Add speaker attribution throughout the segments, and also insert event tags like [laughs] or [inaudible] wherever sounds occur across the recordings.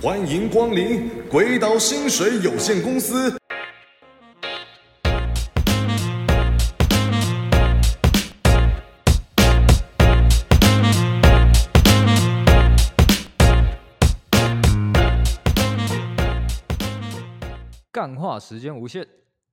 Speaker 1: 欢迎光临鬼岛薪水有限公司。
Speaker 2: 干话时间无限，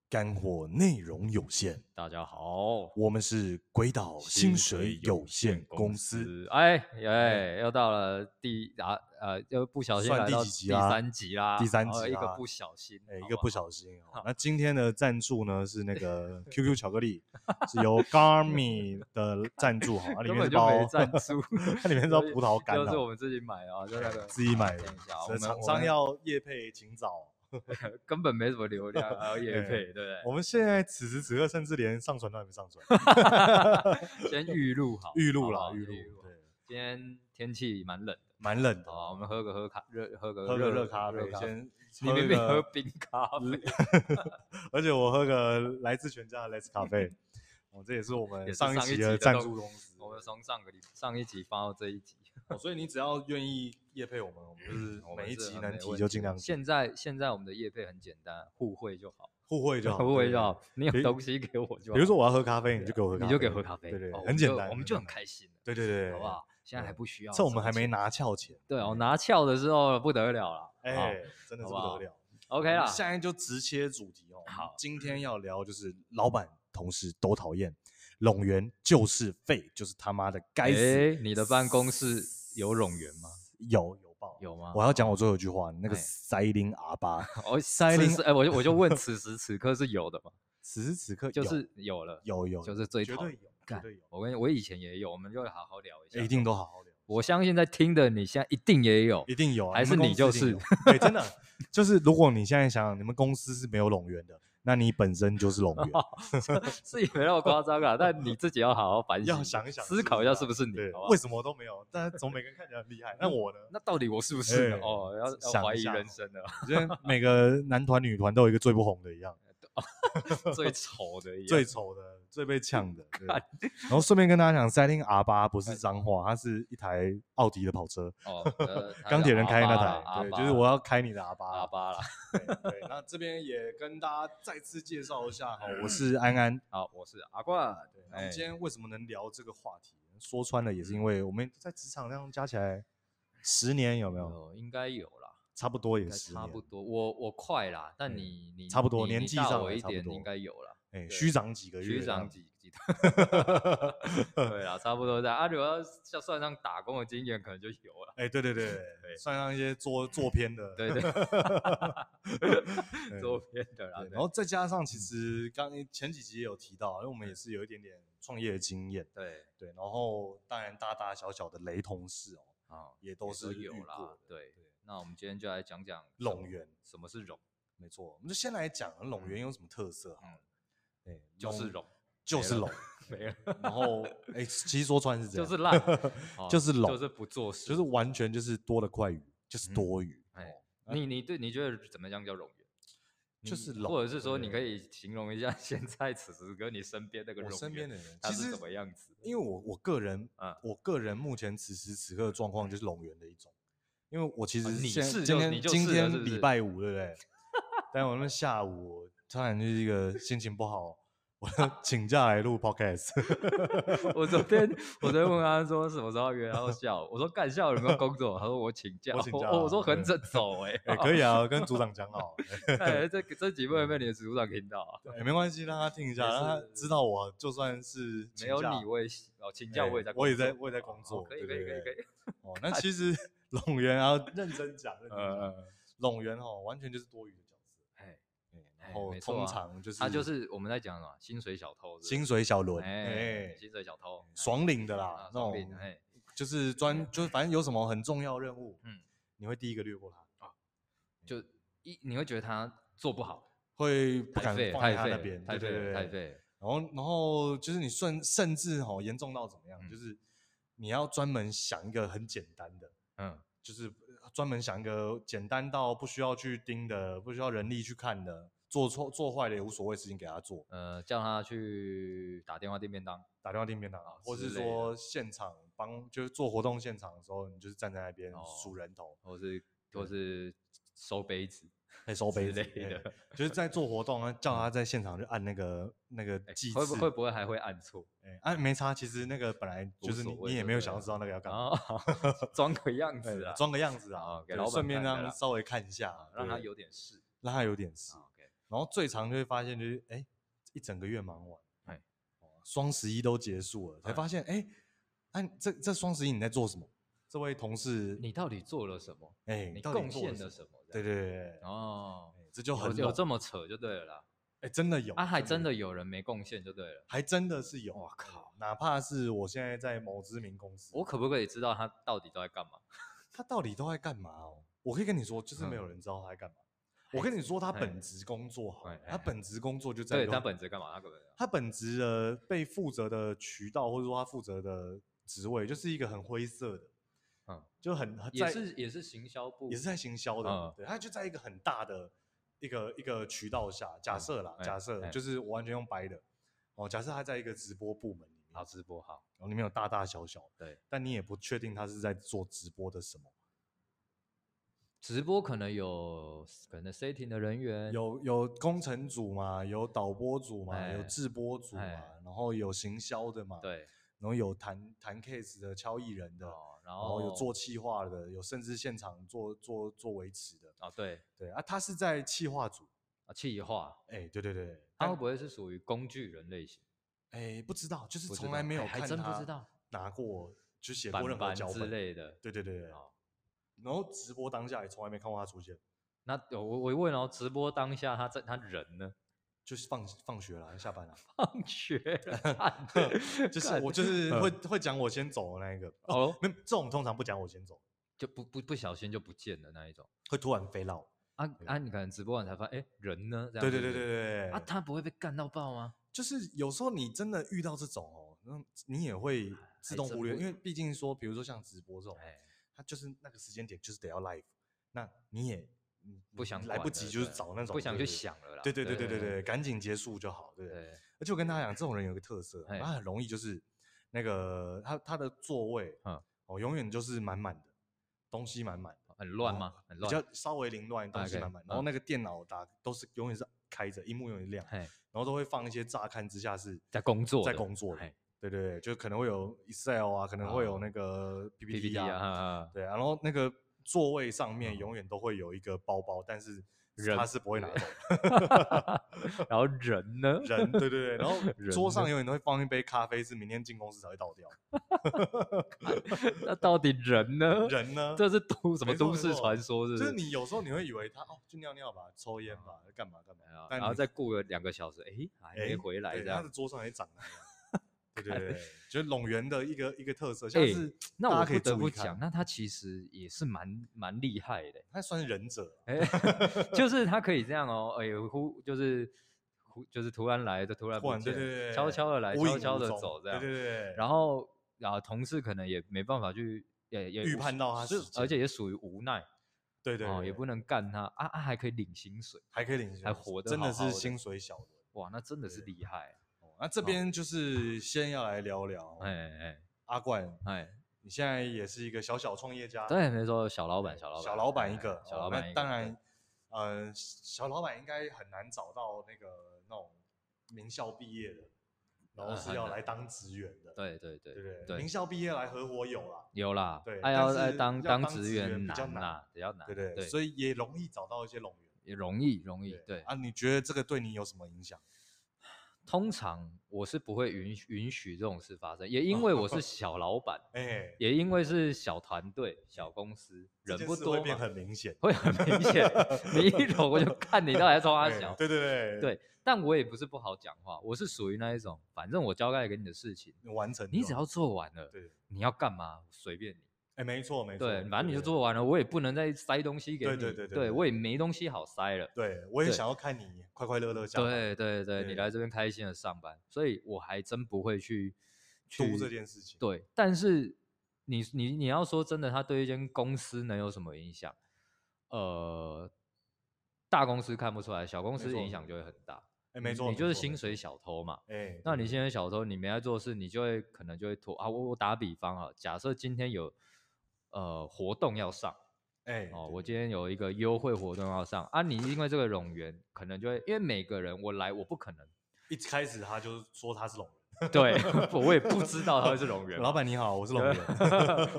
Speaker 1: 干货内容有限，
Speaker 2: 大家好，
Speaker 1: 我们是鬼岛薪水有限公司。。
Speaker 2: 哎哎，又到了第啊呃，又不小心
Speaker 1: 算
Speaker 2: 来
Speaker 1: 第
Speaker 2: 到
Speaker 1: 几集
Speaker 2: 第
Speaker 1: 啦
Speaker 2: 三集啦，
Speaker 1: 第三
Speaker 2: 哦
Speaker 1: 集
Speaker 2: 一个
Speaker 1: 啦
Speaker 2: 不小心，
Speaker 1: 哎，一
Speaker 2: 好
Speaker 1: 个
Speaker 2: 好
Speaker 1: 不小心哦。那今天的赞助呢是那
Speaker 2: [laughs]
Speaker 1: 个 QQ 巧克力，是由 Garmi 的赞助
Speaker 2: [laughs]
Speaker 1: 哈，啊里面
Speaker 2: 根本
Speaker 1: 是
Speaker 2: 就
Speaker 1: 包
Speaker 2: 没赞助，
Speaker 1: [laughs]
Speaker 2: [laughs]
Speaker 1: 它里面是包葡萄干
Speaker 2: 就 [laughs]
Speaker 1: 的
Speaker 2: 是我们自己买的啊，就那个
Speaker 1: [laughs] 自己买的
Speaker 2: 等一下，我
Speaker 1: 所以
Speaker 2: 们
Speaker 1: 厂
Speaker 2: 我
Speaker 1: 商
Speaker 2: 们
Speaker 1: 要业配请早。
Speaker 2: 根本没什么流量，
Speaker 1: [laughs]
Speaker 2: 还要夜
Speaker 1: 哎
Speaker 2: 配，对不对？
Speaker 1: 我们现在此时此刻甚至连上传都还没上传，
Speaker 2: [laughs] 先预录好，
Speaker 1: 预录
Speaker 2: 好不
Speaker 1: 啦，
Speaker 2: 好
Speaker 1: 预
Speaker 2: 先
Speaker 1: 录，
Speaker 2: 好
Speaker 1: 对，
Speaker 2: 今天天气蛮冷的，
Speaker 1: 蛮冷的
Speaker 2: 好，吧，我们喝个喝咖哦热，喝个
Speaker 1: 喝个热咖
Speaker 2: 热
Speaker 1: 啡
Speaker 2: 咖啡。
Speaker 1: 先。
Speaker 2: 你明明喝
Speaker 1: 个
Speaker 2: 冰咖啡，
Speaker 1: 而且我喝个来自全家的 Let's 咖
Speaker 2: [laughs]
Speaker 1: 啡，哦，这也是我们
Speaker 2: 也是
Speaker 1: 上
Speaker 2: 上一
Speaker 1: 集
Speaker 2: 集
Speaker 1: 的
Speaker 2: 的
Speaker 1: 赞
Speaker 2: 动
Speaker 1: 助公司。
Speaker 2: 我们从上个礼上一集放到这一集，
Speaker 1: 哦所以你只要愿意业配我们，我们就是
Speaker 2: 嗯我们
Speaker 1: 每一
Speaker 2: 是
Speaker 1: 集
Speaker 2: 很
Speaker 1: 能
Speaker 2: 没
Speaker 1: 提
Speaker 2: 问
Speaker 1: 就
Speaker 2: 题
Speaker 1: 尽
Speaker 2: 的
Speaker 1: 量提
Speaker 2: 现在现在我们的业配很简单，互惠就好，
Speaker 1: 互惠就好，
Speaker 2: [laughs] 互惠就
Speaker 1: 对。
Speaker 2: 好。你有
Speaker 1: 比
Speaker 2: 东西给我就好，
Speaker 1: 比如说我要喝咖啡，你
Speaker 2: 对啊
Speaker 1: 就给我喝咖啡，
Speaker 2: 你就给喝咖啡，
Speaker 1: 对对，
Speaker 2: 哦
Speaker 1: 对
Speaker 2: 我
Speaker 1: 很
Speaker 2: 们
Speaker 1: 简
Speaker 2: 就
Speaker 1: 单，
Speaker 2: 我们就很开心了，
Speaker 1: 对对对，对
Speaker 2: 好不？好？现在还不需要什
Speaker 1: 趁
Speaker 2: 么钱，
Speaker 1: 我们还没拿翘前，
Speaker 2: 对哦，拿翘的时候不得了了，
Speaker 1: 哎，真的是
Speaker 2: 好
Speaker 1: 不
Speaker 2: 不
Speaker 1: 得
Speaker 2: 好
Speaker 1: 了。
Speaker 2: 好，OK 啦，
Speaker 1: 现在就直切主题哦。
Speaker 2: 好
Speaker 1: 今天要聊就是老板、同事都讨厌，冗员就是废，就是他妈的该死。
Speaker 2: 哎，你的办公室有冗员吗？
Speaker 1: 有有爆！
Speaker 2: 有吗？
Speaker 1: 我要讲我最后一句话，那个
Speaker 2: 哎
Speaker 1: 塞林阿
Speaker 2: [laughs]
Speaker 1: 巴，
Speaker 2: 哦，
Speaker 1: 塞
Speaker 2: 此
Speaker 1: 林
Speaker 2: 时哎，我就我就问，此时此刻是有的吗？
Speaker 1: 此时此刻
Speaker 2: 就
Speaker 1: [laughs] 有
Speaker 2: 是有了，
Speaker 1: 有有，
Speaker 2: 就是最
Speaker 1: 绝
Speaker 2: 讨
Speaker 1: 对
Speaker 2: 厌
Speaker 1: 有，绝
Speaker 2: 干
Speaker 1: 对有，
Speaker 2: 我跟你我以前也有，我们就会好好聊一下，
Speaker 1: 哎一定都好好聊，
Speaker 2: 我相信在听的你现在一定也有
Speaker 1: 一，定有啊。
Speaker 2: 还是
Speaker 1: 们
Speaker 2: 你
Speaker 1: 公
Speaker 2: 就
Speaker 1: 司一定
Speaker 2: 是
Speaker 1: 有，对，真的就是如果你现在想想，你们公司是没有冗员的，那你本身就是冗员。
Speaker 2: [laughs] 是也没那么夸
Speaker 1: [laughs]
Speaker 2: 张啊，但你自己要好好反省，
Speaker 1: 要想一想，
Speaker 2: 思考一下是不是你
Speaker 1: 啊对，，
Speaker 2: 好不好
Speaker 1: 为什么都没有？但是总每个人看起来很厉
Speaker 2: [laughs]
Speaker 1: 害，那我呢？
Speaker 2: 那到底我是不是呢
Speaker 1: 哎
Speaker 2: 哦？要
Speaker 1: 想
Speaker 2: 要怀
Speaker 1: 一
Speaker 2: 疑
Speaker 1: 下
Speaker 2: 人
Speaker 1: 哦
Speaker 2: 生的， [laughs]
Speaker 1: 我觉得每个男团女团都有一个最不红的一样，
Speaker 2: 哎最丑的一样，
Speaker 1: 最丑的、最被呛的。对然后顺便跟大家讲，三零 R 八不
Speaker 2: 哎
Speaker 1: 是脏话，它是一台奥迪的跑车，
Speaker 2: 哦，
Speaker 1: [laughs]
Speaker 2: 呃它
Speaker 1: 钢
Speaker 2: 叫
Speaker 1: 铁人开的那
Speaker 2: R8 啦
Speaker 1: 台，对，
Speaker 2: R8
Speaker 1: 就是我要开你的 R 八
Speaker 2: 喇。叭啦。
Speaker 1: 对
Speaker 2: [laughs]
Speaker 1: 对，那这边也跟大家再次介绍一下哈，我是安安。
Speaker 2: 好，我是阿冠，
Speaker 1: [laughs] 对，那我
Speaker 2: 嗯哎
Speaker 1: 们今天为什么能聊这个话题？说穿了也是因为我们在职场上加起来十年有没有？
Speaker 2: 哦应该有啦，
Speaker 1: 差不多
Speaker 2: 应
Speaker 1: 也
Speaker 2: 该
Speaker 1: 十
Speaker 2: 差
Speaker 1: 年
Speaker 2: 不。多，我我快啦，但
Speaker 1: 嗯
Speaker 2: 你你
Speaker 1: 差不多
Speaker 2: 你
Speaker 1: 年
Speaker 2: 你
Speaker 1: 纪
Speaker 2: 大
Speaker 1: 上
Speaker 2: 我
Speaker 1: 来
Speaker 2: 一
Speaker 1: 差不
Speaker 2: 点
Speaker 1: 多
Speaker 2: 应该有啦，
Speaker 1: 哎，
Speaker 2: 对
Speaker 1: 虚长几个月
Speaker 2: 学
Speaker 1: 这样 [laughs]
Speaker 2: 长
Speaker 1: 子。
Speaker 2: 几几大对啦，差不多这样。啊，如果要算算上打工的经验，可能就有了。
Speaker 1: 哎，对对
Speaker 2: [laughs]
Speaker 1: 对，算上一些做做片的，
Speaker 2: 对对，
Speaker 1: 对
Speaker 2: 周边的啦
Speaker 1: 对，。
Speaker 2: 啊对嗯
Speaker 1: 然后再加上其实刚前几集也有提到，因为我们也是有一点点创业的经验，
Speaker 2: 对，
Speaker 1: 对，然后当然大大小小的雷同事哦，
Speaker 2: 啊，
Speaker 1: 也都是
Speaker 2: 有
Speaker 1: 遇过
Speaker 2: 啦
Speaker 1: 的。
Speaker 2: 对，那我们今天就来讲讲什
Speaker 1: 冗
Speaker 2: 么
Speaker 1: 员，
Speaker 2: 什么是冗，
Speaker 1: 没错，我们就先来讲陇园有什么特色好了，对，
Speaker 2: 嗯就是冗，
Speaker 1: 就是
Speaker 2: 没
Speaker 1: 陇
Speaker 2: 了，没了，
Speaker 1: 然后哎，其实说穿是这
Speaker 2: [laughs] 就
Speaker 1: 样，
Speaker 2: 是烂，哦
Speaker 1: [laughs] 就是冗
Speaker 2: 就是不做事，
Speaker 1: 就是完全就是多了块鱼，就是多余，
Speaker 2: 哎
Speaker 1: 哦
Speaker 2: 你你对你觉得怎么样叫冗员？
Speaker 1: 就是
Speaker 2: 你
Speaker 1: 冗
Speaker 2: 或者是说，你
Speaker 1: 对
Speaker 2: 可以形容一下 [laughs] 现在此时此刻你身边那个
Speaker 1: 我
Speaker 2: 冗
Speaker 1: 身边
Speaker 2: 员，
Speaker 1: 的人
Speaker 2: 他
Speaker 1: 其
Speaker 2: 是
Speaker 1: 实
Speaker 2: 什么样子的？
Speaker 1: 因为我我个人，
Speaker 2: 啊
Speaker 1: 我个人目前此时此刻的状况就是龙源的一种，因为我其实
Speaker 2: 啊你
Speaker 1: 现
Speaker 2: 是
Speaker 1: 今
Speaker 2: 就
Speaker 1: 天
Speaker 2: 你就
Speaker 1: 今
Speaker 2: 是了是
Speaker 1: 天
Speaker 2: 不
Speaker 1: 礼
Speaker 2: 是
Speaker 1: 拜五对不对？但我那下午我突然就是一个心情不好，我要请假来录 podcast，
Speaker 2: [laughs] 我昨天我昨天问他说什么时候约，他说下午。我说干下午有没有工作？他说我请假。
Speaker 1: 我请假啊
Speaker 2: 我我说
Speaker 1: 对
Speaker 2: 横着走
Speaker 1: [laughs]
Speaker 2: 哎、
Speaker 1: 也、可以啊，跟组长讲
Speaker 2: [laughs]
Speaker 1: 好，
Speaker 2: 以。哎，这这几位被你的组长听到啊？
Speaker 1: 也、没关系，让他听一下，
Speaker 2: 也
Speaker 1: 让他
Speaker 2: 是
Speaker 1: 知道我就算是
Speaker 2: 没
Speaker 1: 请
Speaker 2: 有
Speaker 1: 假
Speaker 2: 你我也哦，请假
Speaker 1: 哎
Speaker 2: 我也在工作，
Speaker 1: 我也在我也在工
Speaker 2: 哦
Speaker 1: 作
Speaker 2: 可以可
Speaker 1: 对
Speaker 2: 以
Speaker 1: 对
Speaker 2: 可以可
Speaker 1: 对
Speaker 2: 以。
Speaker 1: 哦，那其实
Speaker 2: [laughs]
Speaker 1: 龙源啊，认真讲，认真讲，
Speaker 2: 呃，
Speaker 1: 龙源哦，完全就是多余的角色，
Speaker 2: 哎，
Speaker 1: 对
Speaker 2: 哎
Speaker 1: 然后
Speaker 2: 没错
Speaker 1: 通
Speaker 2: 啊
Speaker 1: 常就是
Speaker 2: 他就是我们在讲什么薪水小偷是不是，
Speaker 1: 薪水小轮，
Speaker 2: 哎
Speaker 1: 哎，
Speaker 2: 薪水小偷，哎
Speaker 1: 爽领的
Speaker 2: 啊
Speaker 1: 啦，那
Speaker 2: 爽
Speaker 1: 种
Speaker 2: 领哎，
Speaker 1: 就是专就是反正有什么很重要任务，嗯
Speaker 2: 嗯，啊
Speaker 1: 你会第一个略过它，
Speaker 2: 就一你会觉得他做不好，
Speaker 1: 会不
Speaker 2: 太
Speaker 1: 敢
Speaker 2: 废
Speaker 1: 放
Speaker 2: 太
Speaker 1: 在他
Speaker 2: 废
Speaker 1: 那
Speaker 2: 了
Speaker 1: 边，
Speaker 2: 太
Speaker 1: 对
Speaker 2: 废
Speaker 1: 对对
Speaker 2: 了太
Speaker 1: 对。
Speaker 2: 废了。
Speaker 1: 然后然后就是你甚甚至吼严重到怎么样，
Speaker 2: 嗯
Speaker 1: 就是你要专门想一个很简单的，
Speaker 2: 嗯，
Speaker 1: 就是专门想一个简单到不需要去盯的，不需要人力去看的，做错做坏了也无所谓，事情给他做，
Speaker 2: 呃，叫他去打电话订便当，
Speaker 1: 打电话订便当啊，或
Speaker 2: 之
Speaker 1: 是
Speaker 2: 类的
Speaker 1: 说现场帮就是做活动现场的时候，你就是站在那边
Speaker 2: 哦
Speaker 1: 数人头。
Speaker 2: 或是或是收杯子，
Speaker 1: 可以收杯
Speaker 2: 之
Speaker 1: 子
Speaker 2: 类的
Speaker 1: 哎就是在做活动，叫他在现场就按那个那个
Speaker 2: 哎
Speaker 1: 计
Speaker 2: 会
Speaker 1: 次
Speaker 2: 不，会不会还会按错？
Speaker 1: 哎啊没差，其实那个本来
Speaker 2: 无
Speaker 1: 就是你
Speaker 2: 所谓
Speaker 1: 你也
Speaker 2: 就
Speaker 1: 没有
Speaker 2: 对
Speaker 1: 想要
Speaker 2: 了
Speaker 1: 知道那个要干
Speaker 2: 然
Speaker 1: 嘛，
Speaker 2: 后 [laughs] 装个样
Speaker 1: 哎
Speaker 2: 子啊，
Speaker 1: 装个样子
Speaker 2: 啊
Speaker 1: 啊，
Speaker 2: 给
Speaker 1: 对
Speaker 2: 老
Speaker 1: 顺
Speaker 2: 板
Speaker 1: 便
Speaker 2: 看
Speaker 1: 让
Speaker 2: 的啦
Speaker 1: 稍微看一下
Speaker 2: 啊，让他
Speaker 1: 对
Speaker 2: 有点事。
Speaker 1: 让他有点事
Speaker 2: 啊，OK，
Speaker 1: 然后最常就会发现就是，哎、一整个月忙完，
Speaker 2: 哎
Speaker 1: 哎，双十一都结束了，才
Speaker 2: 哎
Speaker 1: 发现，哎、哎、这这双十一你在做什么？这位同事，
Speaker 2: 你到底做了什么？
Speaker 1: 哎、
Speaker 2: 你
Speaker 1: 到底
Speaker 2: 贡
Speaker 1: 做
Speaker 2: 献
Speaker 1: 了
Speaker 2: 了
Speaker 1: 什
Speaker 2: 什么？
Speaker 1: 么？对对对对，哎、
Speaker 2: 哦，
Speaker 1: 这就
Speaker 2: 有
Speaker 1: 很
Speaker 2: 有
Speaker 1: 有
Speaker 2: 这么扯就对了啦。
Speaker 1: 哎、真的有
Speaker 2: 啊，还真
Speaker 1: 有
Speaker 2: 的有哦人没贡献就对了。
Speaker 1: 还真的是有，
Speaker 2: 哇
Speaker 1: 哎
Speaker 2: 靠！
Speaker 1: 哪怕是我现在在某知名公司，
Speaker 2: 我可不可以知道他到底都在干嘛？
Speaker 1: 他到底都在干嘛哦？我可以跟你说，就是没有
Speaker 2: 嗯
Speaker 1: 人知道他在干嘛。
Speaker 2: 哎
Speaker 1: 我跟你说，他
Speaker 2: 哎
Speaker 1: 本职工作好
Speaker 2: 哎
Speaker 1: 了，
Speaker 2: 哎
Speaker 1: 他
Speaker 2: 哎
Speaker 1: 本职工作就在
Speaker 2: 对，
Speaker 1: 用
Speaker 2: 他本职干嘛？他根本
Speaker 1: 他本职的被负责的渠道，或者说他负责的职位，就是一个很灰色的，
Speaker 2: 嗯
Speaker 1: 嗯，就很很
Speaker 2: 也
Speaker 1: 在
Speaker 2: 是也是行销部，
Speaker 1: 也是在行销的，
Speaker 2: 嗯
Speaker 1: 对，他就在一个很大的一个一个渠道下，假
Speaker 2: 嗯
Speaker 1: 设啦，
Speaker 2: 哎
Speaker 1: 假设、
Speaker 2: 哎
Speaker 1: 就是我完全用白的，哦，假设他在一个直播部门里面，哦
Speaker 2: 好直播好，
Speaker 1: 然后里面有大大小小，
Speaker 2: 对，
Speaker 1: 但你也不确定他是在做直播的什么，
Speaker 2: 直播可能有可能 setting 的人员，
Speaker 1: 有有工程组嘛，有导播组嘛，
Speaker 2: 哎
Speaker 1: 有制播组嘛，
Speaker 2: 哎
Speaker 1: 然后有行销的嘛，，
Speaker 2: 对，
Speaker 1: 然后有谈谈 case 的、敲艺人的。
Speaker 2: 哦，然
Speaker 1: 然后
Speaker 2: 后
Speaker 1: 有做企划的，有甚至现场做做做维持的，
Speaker 2: 啊，对
Speaker 1: 对啊，他是在企划组，
Speaker 2: 啊，企划，
Speaker 1: 哎、对对对，
Speaker 2: 他
Speaker 1: 但
Speaker 2: 会不会是属于工具人类型？
Speaker 1: 哎、不知道，就是
Speaker 2: 不知
Speaker 1: 从来
Speaker 2: 道
Speaker 1: 没有
Speaker 2: 还还
Speaker 1: 看
Speaker 2: 真不
Speaker 1: 他
Speaker 2: 知道
Speaker 1: 拿过就写
Speaker 2: 板
Speaker 1: 过任何
Speaker 2: 板
Speaker 1: 脚
Speaker 2: 之
Speaker 1: 本，
Speaker 2: 类的。
Speaker 1: 对对对对，
Speaker 2: 哦
Speaker 1: 然后直播当下也从来没看过他出现，
Speaker 2: 那我我问哦，直播当下他在他人呢？ [laughs]
Speaker 1: 就是放放学了下班了，
Speaker 2: 放学了干
Speaker 1: [laughs] 就是
Speaker 2: 干
Speaker 1: 我就是
Speaker 2: 嗯
Speaker 1: 会会讲我先走的那一个，哦，
Speaker 2: [laughs] 哦，
Speaker 1: 没有这种通常不讲我先走，
Speaker 2: 就不不不小心就不见了那一种。
Speaker 1: 会突然飞到，
Speaker 2: 啊啊，你可能直播完才发现，哎，人呢？这样
Speaker 1: 对
Speaker 2: 是
Speaker 1: 对对
Speaker 2: 不
Speaker 1: 对
Speaker 2: 是
Speaker 1: 对，
Speaker 2: 啊，他不会被干到爆吗？
Speaker 1: 就是有时候你真的遇到这种哦，那你也会自
Speaker 2: 哎还
Speaker 1: 动
Speaker 2: 真
Speaker 1: 忽略，
Speaker 2: 会
Speaker 1: 因为毕竟说，比如说像直播这种，
Speaker 2: 哎，
Speaker 1: 它就是那个时间点就是得要 live，那你也你
Speaker 2: 不想
Speaker 1: 来不
Speaker 2: 管
Speaker 1: 及，
Speaker 2: 了
Speaker 1: 就是
Speaker 2: 对
Speaker 1: 找那种
Speaker 2: 不想去
Speaker 1: 对
Speaker 2: 想了啦。
Speaker 1: 对对对对对
Speaker 2: 对
Speaker 1: 对，赶紧结束就好，对不对？
Speaker 2: 对
Speaker 1: 而且我跟大家讲，这种人有一个特色，
Speaker 2: 哎
Speaker 1: 他很容易就是那个他他的座位，
Speaker 2: 嗯
Speaker 1: 嗯，哦，永远就是满满的，东西满满，
Speaker 2: 很乱
Speaker 1: 然后
Speaker 2: 吗？很
Speaker 1: 哦比
Speaker 2: 乱。
Speaker 1: 较稍微凌乱，东西
Speaker 2: OK，
Speaker 1: 满满，然后
Speaker 2: 嗯
Speaker 1: 那个电脑打都是永远是开着，荧幕永远亮，
Speaker 2: 嘿，
Speaker 1: 然后都会放一些乍看之下是
Speaker 2: 在工作的，
Speaker 1: 在工作的
Speaker 2: 嘿
Speaker 1: 对对对，就可能会有 Excel 啊，可能会有
Speaker 2: 哦
Speaker 1: 那个
Speaker 2: PPT
Speaker 1: PPT
Speaker 2: 啊，
Speaker 1: 啊，
Speaker 2: 哈哈
Speaker 1: 对啊，然后那个座位上面
Speaker 2: 嗯
Speaker 1: 永远都会有一个包包，但是
Speaker 2: 人
Speaker 1: 他是不会拿
Speaker 2: [laughs]
Speaker 1: 走
Speaker 2: 然后人呢？
Speaker 1: 人，对对对，然后
Speaker 2: 人
Speaker 1: 桌上
Speaker 2: 呢
Speaker 1: 永远都会放一杯咖啡，是明天进公司才会倒掉。
Speaker 2: [laughs] 那到底人 [laughs] 呢？
Speaker 1: 人呢，
Speaker 2: 这是都什么
Speaker 1: 没错
Speaker 2: 都市
Speaker 1: 没错
Speaker 2: 传说？
Speaker 1: 就是是
Speaker 2: 不是？
Speaker 1: 你有时候你会以为他哦，就尿尿吧，抽烟吧，干嘛干嘛
Speaker 2: 哎呀，
Speaker 1: 但
Speaker 2: 然后
Speaker 1: 你
Speaker 2: 再过个两个小时，诶，还没
Speaker 1: 哎
Speaker 2: 回来
Speaker 1: 对
Speaker 2: 这
Speaker 1: 他
Speaker 2: 样
Speaker 1: 的。桌上也长了。
Speaker 2: [laughs]
Speaker 1: 对对对，就是陇园的一个一个特色，像
Speaker 2: 哎
Speaker 1: 是
Speaker 2: 那
Speaker 1: 大
Speaker 2: 我
Speaker 1: 家可以
Speaker 2: 不得
Speaker 1: 注意
Speaker 2: 不
Speaker 1: 看
Speaker 2: 讲，那他其实也是蛮蛮厉害的，
Speaker 1: 他算是忍者啊，
Speaker 2: 哎， [laughs]
Speaker 1: [laughs]
Speaker 2: 就是他可以这样哦，哎，忽就是忽就是突然来，就突然
Speaker 1: 突
Speaker 2: 啊不
Speaker 1: 然对对
Speaker 2: 见，
Speaker 1: 对，
Speaker 2: 悄悄的来，
Speaker 1: 无
Speaker 2: 悄
Speaker 1: 影
Speaker 2: 悄
Speaker 1: 无
Speaker 2: 的
Speaker 1: 踪
Speaker 2: 走这样
Speaker 1: 对。对对，
Speaker 2: 然后啊，同事可能也没办法去，也也
Speaker 1: 预
Speaker 2: 无
Speaker 1: 判到他
Speaker 2: 是
Speaker 1: 时，间
Speaker 2: 而且也属于无奈
Speaker 1: 对对
Speaker 2: 哦，
Speaker 1: 对
Speaker 2: 也不能干他啊啊，还可以领薪水，
Speaker 1: 还可以领薪水，
Speaker 2: 还活得
Speaker 1: 真
Speaker 2: 好
Speaker 1: 的
Speaker 2: 好
Speaker 1: 是
Speaker 2: 的
Speaker 1: 薪水小的。
Speaker 2: 哇，那真的是
Speaker 1: 对
Speaker 2: 厉害，啊
Speaker 1: 哦那这边就是先要来聊聊，
Speaker 2: 哎哎
Speaker 1: 阿冠，
Speaker 2: 哎，
Speaker 1: 你现在也是一个小小创业家，
Speaker 2: 对，没错，小老板，
Speaker 1: 对
Speaker 2: 小老板，
Speaker 1: 小老板一
Speaker 2: 哎
Speaker 1: 个，
Speaker 2: 小
Speaker 1: 哦那
Speaker 2: 老板一个，
Speaker 1: 当
Speaker 2: 对
Speaker 1: 然，呃，小老板应该很难找到那个那种名校毕业的，然后
Speaker 2: 呃
Speaker 1: 是
Speaker 2: 很
Speaker 1: 要
Speaker 2: 难
Speaker 1: 来当职员的，
Speaker 2: 对对对
Speaker 1: 对不对？名
Speaker 2: 对，
Speaker 1: 校毕业来合伙有啦，
Speaker 2: 有啦，
Speaker 1: 对
Speaker 2: 哎
Speaker 1: 但
Speaker 2: 要哎
Speaker 1: 是
Speaker 2: 当
Speaker 1: 要当
Speaker 2: 职
Speaker 1: 职员
Speaker 2: 员
Speaker 1: 比较
Speaker 2: 难啦，比较难，
Speaker 1: 对不对？
Speaker 2: 啊对，
Speaker 1: 所以也容易找到一些拢源。
Speaker 2: 也容易容易，对，
Speaker 1: 啊，你觉得这个对你有什么影响？
Speaker 2: 通常我是不会允允许这种事发生，也因为
Speaker 1: [laughs]
Speaker 2: 我是小老板，
Speaker 1: 哎，
Speaker 2: 也因为是小团队、小公司，
Speaker 1: 这
Speaker 2: 人
Speaker 1: 件
Speaker 2: 不
Speaker 1: 事
Speaker 2: 多
Speaker 1: 会变
Speaker 2: 嘛，
Speaker 1: 很明显。
Speaker 2: 会很明显。你一走我就看你到底在冲他
Speaker 1: 哎
Speaker 2: 小。
Speaker 1: 对对对，
Speaker 2: 对，但我也不是不好讲话，我是属于那一种，反正我交代给你的事情，
Speaker 1: 你完成就
Speaker 2: 你只
Speaker 1: 好
Speaker 2: 要做完了，
Speaker 1: 对，
Speaker 2: 你要干嘛随便你。
Speaker 1: 哎，没错没错，
Speaker 2: 对，反正你就
Speaker 1: 对。
Speaker 2: 做完了，我也不能再塞东西给
Speaker 1: 对
Speaker 2: 你，
Speaker 1: 对对对对
Speaker 2: 我也没东西好塞了。
Speaker 1: 对，我也
Speaker 2: 对
Speaker 1: 想要看你快快乐乐下班，
Speaker 2: 对对对，你
Speaker 1: 对
Speaker 2: 来这边开心的上班，所以我还真不会去
Speaker 1: 读
Speaker 2: 去
Speaker 1: 这件事情。
Speaker 2: 对，但是你你你要说真的，他对一间公司能有什么影响？呃，大公司看不出来，小公
Speaker 1: 没
Speaker 2: 司
Speaker 1: 错
Speaker 2: 影响就会很大。
Speaker 1: 哎，没
Speaker 2: 你
Speaker 1: 错，
Speaker 2: 你就是
Speaker 1: 没错
Speaker 2: 薪水，小偷嘛。
Speaker 1: 没错哎，
Speaker 2: 那
Speaker 1: 对
Speaker 2: 你现在小偷，你没在做事，你就会可能就会拖啊。我我打比方啊，假设今天有呃活动要上，
Speaker 1: 哎、
Speaker 2: 哦，
Speaker 1: 对
Speaker 2: 我今天有一个优惠活动要上啊，你因为这个冗员，可能就会因为每个人我来，我不可
Speaker 1: [laughs]
Speaker 2: 能，
Speaker 1: 一开始他就说他是龙
Speaker 2: 对我也不知道他是冗员
Speaker 1: 人，
Speaker 2: 嘛，
Speaker 1: 老板你好，我是龙
Speaker 2: [laughs]
Speaker 1: 人，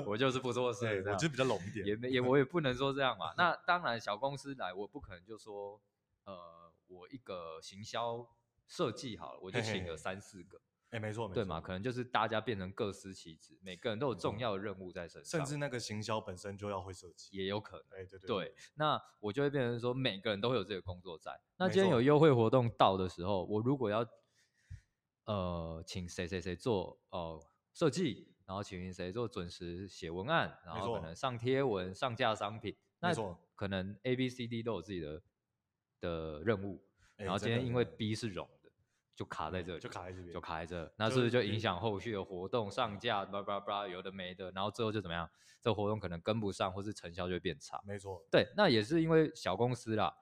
Speaker 2: 我就是不做事
Speaker 1: 对，，
Speaker 2: 这
Speaker 1: 我
Speaker 2: 样
Speaker 1: 就比较龙一点，
Speaker 2: 啊也没也我也不能说这
Speaker 1: [laughs]
Speaker 2: 样嘛。那当然，小公司来，我不可能就说，呃，我一个行销设计好了，我就
Speaker 1: 嘿嘿
Speaker 2: 请
Speaker 1: 嘿
Speaker 2: 了三四个，
Speaker 1: 哎、没错没错，嗯
Speaker 2: 对嘛？可能就是大家变成各司其职，每个人都有重要的任务在身上，
Speaker 1: 甚至那个行销本身就要会设计，
Speaker 2: 也有可能。
Speaker 1: 哎、对对
Speaker 2: 对，那我就会变成说，每个人都会有这个工作在。那
Speaker 1: 没
Speaker 2: 今天
Speaker 1: 错
Speaker 2: 有优惠活动到的时候，我如果要呃请谁谁谁做哦、设计，然后请谁做准时写文案，然
Speaker 1: 没
Speaker 2: 后
Speaker 1: 错
Speaker 2: 可能上贴文、上架商品，
Speaker 1: 没
Speaker 2: 那
Speaker 1: 错
Speaker 2: 可能 A、B、C、D 都有自己的的任务。
Speaker 1: 哎
Speaker 2: 然后
Speaker 1: 真
Speaker 2: 今天
Speaker 1: 的
Speaker 2: 因为
Speaker 1: 真的嗯
Speaker 2: B 是融的，就卡在这里，
Speaker 1: 就卡在这边，
Speaker 2: 就卡在这，那
Speaker 1: 就是
Speaker 2: 不是就
Speaker 1: 比
Speaker 2: 影响后续的活动上架，叭叭叭，有的没的，然后最后就怎么样？这活动可能跟不上，或是成效就会变差。
Speaker 1: 没错， [laughs]
Speaker 2: 对，那也是因为小公司啦，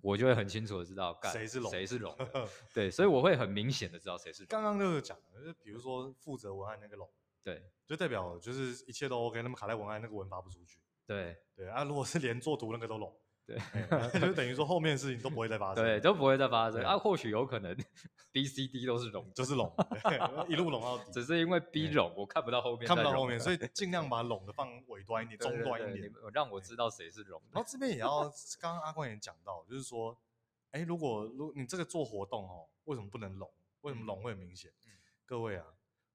Speaker 2: 我就会很清楚的知道，干
Speaker 1: 谁是龙
Speaker 2: 谁
Speaker 1: [laughs]
Speaker 2: 是龙的，对，所以我会很明显的知道谁是
Speaker 1: 刚刚
Speaker 2: 龙。
Speaker 1: 就是讲的，就是比如说负责文案那个龙，
Speaker 2: 对
Speaker 1: 就代表就是一切都 OK，那么卡在文案那个文发不出去。
Speaker 2: 对
Speaker 1: 对啊，如果是连做图那个都拢，
Speaker 2: 对
Speaker 1: 哎，那就等于说后面的事情都不会再发生，
Speaker 2: [laughs] 对，，都不会再发生
Speaker 1: 对
Speaker 2: 啊。或许有可能 [laughs] B、C、D 都是龙，
Speaker 1: 就是拢，对 [laughs] 一路拢到底，
Speaker 2: 只是因为 B
Speaker 1: 对
Speaker 2: 龙我看不到后面，
Speaker 1: 看不到后面，
Speaker 2: 以
Speaker 1: 所以
Speaker 2: [laughs]
Speaker 1: 尽量把拢的放尾端一点，中端一点。
Speaker 2: 让我知道谁是龙的。
Speaker 1: 然后
Speaker 2: [laughs]
Speaker 1: 这边也要， [laughs] 刚刚阿光也讲到，就是说，哎，如果如你这个做活动哦，为什么不能拢？为什
Speaker 2: 嗯
Speaker 1: 么拢会很明显？各位啊，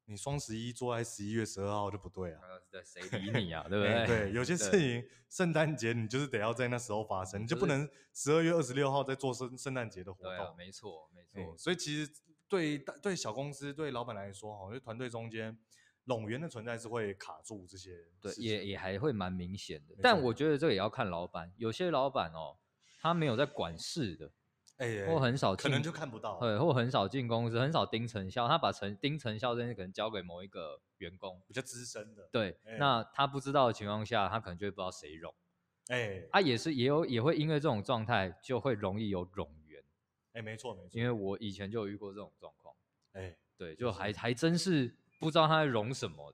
Speaker 1: 你双十一做在十一月十二号就不对啊。
Speaker 2: 啊对谁理你啊？对不
Speaker 1: 哎
Speaker 2: 对？
Speaker 1: 对，有些事情圣诞节你就是得要在那时候发生，你就
Speaker 2: 就
Speaker 1: 不
Speaker 2: 是
Speaker 1: 能十二月二十六号再做圣圣诞节的活
Speaker 2: 对
Speaker 1: 动
Speaker 2: 啊，。没错没
Speaker 1: 对，
Speaker 2: 错，
Speaker 1: 所以其实对大对小公司对老板来说，哦哈，因为团队中间拢员的存在是会卡住这些
Speaker 2: 对，
Speaker 1: 事情
Speaker 2: 也也还会蛮明显的
Speaker 1: 没。
Speaker 2: 但
Speaker 1: 错
Speaker 2: 我觉得这个也要看老板，有些老板哦，他没有在管事的，
Speaker 1: 哎、哎
Speaker 2: 或很少
Speaker 1: 可能
Speaker 2: 进
Speaker 1: 就看不到，
Speaker 2: 对，或很少进公司，很少盯成效，他把成盯成效这件事可能交给某一个员工。
Speaker 1: 比较资深的，
Speaker 2: 对，
Speaker 1: 哎
Speaker 2: 那他不知道的情况下，他可能就会不知道谁融。
Speaker 1: 哎、
Speaker 2: 啊，也是也有也会因为这种状态，就会容易有冗员，
Speaker 1: 哎、没错没错，
Speaker 2: 因为我以前就有遇过这种状况。
Speaker 1: 哎、
Speaker 2: 对，就还还真是不知道他在融什么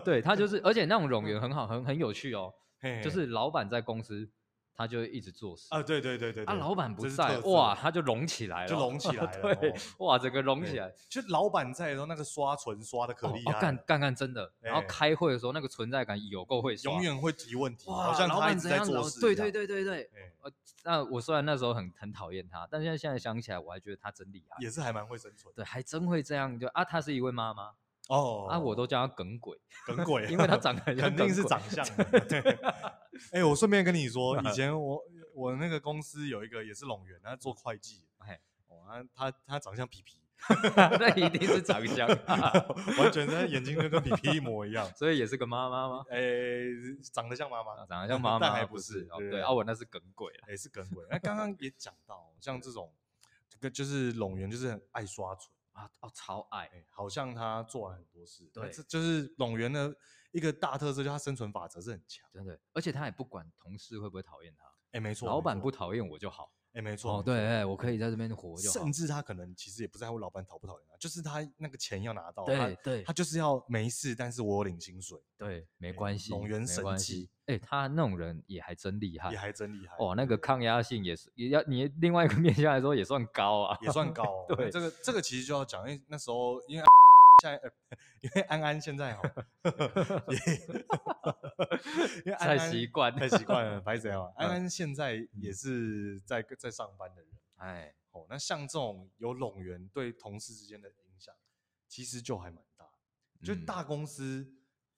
Speaker 1: [laughs]
Speaker 2: 对他就是，而且那种冗员很好，很很有趣哦。
Speaker 1: 嘿
Speaker 2: 就是老板在公司，他就会一直做事。
Speaker 1: 啊，对对对对
Speaker 2: 啊，
Speaker 1: 对
Speaker 2: 老板
Speaker 1: 这
Speaker 2: 不
Speaker 1: 是
Speaker 2: 在，
Speaker 1: 特色
Speaker 2: 哇，他就拢起来了，
Speaker 1: 就拢起
Speaker 2: [laughs]
Speaker 1: 来了
Speaker 2: 对，
Speaker 1: 哦
Speaker 2: 哇，整个拢起
Speaker 1: 对
Speaker 2: 来，
Speaker 1: 就老板在的时候，那个刷存刷的可厉害
Speaker 2: 哦哦
Speaker 1: 了，
Speaker 2: 干干干真的。然后
Speaker 1: 哎
Speaker 2: 开会的时候，那个存在感有够会刷，
Speaker 1: 永远会提问题，
Speaker 2: 哇，
Speaker 1: 好像
Speaker 2: 老
Speaker 1: 他一
Speaker 2: 板
Speaker 1: 直
Speaker 2: 怎
Speaker 1: 在
Speaker 2: 样
Speaker 1: 做
Speaker 2: 老
Speaker 1: 事，
Speaker 2: 对对，对对对。
Speaker 1: 哎、
Speaker 2: 那我虽然那时候很很讨厌他，但现在现在想起来，我还觉得他真厉害。
Speaker 1: 也是还蛮会生存的
Speaker 2: 对，还真会这样，就啊，她是一位妈妈，
Speaker 1: 哦
Speaker 2: 啊，我都叫她耿鬼，
Speaker 1: 耿鬼，
Speaker 2: [laughs] 因
Speaker 1: [laughs]
Speaker 2: 为她长得很像
Speaker 1: 肯定
Speaker 2: 耿
Speaker 1: 是
Speaker 2: 鬼
Speaker 1: 长相的。对，哎、我顺便跟你说，以前我我那个公司有一个也是龙源，他做会计，
Speaker 2: 哎，
Speaker 1: 哦，他他他长相皮皮，
Speaker 2: [laughs] 那一定是长相，
Speaker 1: [laughs]
Speaker 2: 啊
Speaker 1: 完全他眼睛就跟皮皮一模一
Speaker 2: [laughs]。
Speaker 1: 样
Speaker 2: 所以也是个妈妈吗？
Speaker 1: 哎、长得像妈妈
Speaker 2: 啊，长得像妈妈，
Speaker 1: 但还
Speaker 2: 不
Speaker 1: 不是
Speaker 2: 哦
Speaker 1: 对
Speaker 2: 对，啊，我那是耿鬼了。
Speaker 1: 哎、是耿鬼。那刚刚也讲到，像这种这个就是龙源，就是很爱刷存。
Speaker 2: 啊哦，超爱
Speaker 1: 哎、好像他做完很多事，那哎
Speaker 2: 对
Speaker 1: 这就是龙源的一个大特色，就是他生存法则是很强。
Speaker 2: 真的，而且他也不管同事会不会讨厌他，
Speaker 1: 哎、没错，
Speaker 2: 老
Speaker 1: 没
Speaker 2: 板
Speaker 1: 错
Speaker 2: 不，讨厌我就好。
Speaker 1: 哎、没错，
Speaker 2: 哦，
Speaker 1: 没错
Speaker 2: 对，哎，我可以在这边活就好
Speaker 1: 甚。至他可能其实也不在乎老板讨不讨厌他，就是他那个钱要拿到，
Speaker 2: 对
Speaker 1: 哦他
Speaker 2: 对
Speaker 1: 他就是要没事，但是我有领薪水，
Speaker 2: 对，没
Speaker 1: 哎
Speaker 2: 关系，
Speaker 1: 龙源
Speaker 2: 没
Speaker 1: 神
Speaker 2: 关
Speaker 1: 技
Speaker 2: 系。哎，他那种人也还真厉害
Speaker 1: 也，还真厉害。
Speaker 2: 啊哦，那个抗压性也是，也要你另外一个面向来说也算高啊。。
Speaker 1: 也算高、哦
Speaker 2: 对
Speaker 1: 这个这个其实就要讲，因为那时候因为现在，呃 [laughs] 因为安安现在哈，也因为安
Speaker 2: 太
Speaker 1: 安
Speaker 2: 习惯
Speaker 1: 太习惯了，白贼啊！安
Speaker 2: 嗯
Speaker 1: 安现在也是在在上班的人。
Speaker 2: 哎，
Speaker 1: 哦，那像这种有拢员对同事之间的影响，其实就还蛮大。就
Speaker 2: 嗯
Speaker 1: 大公司，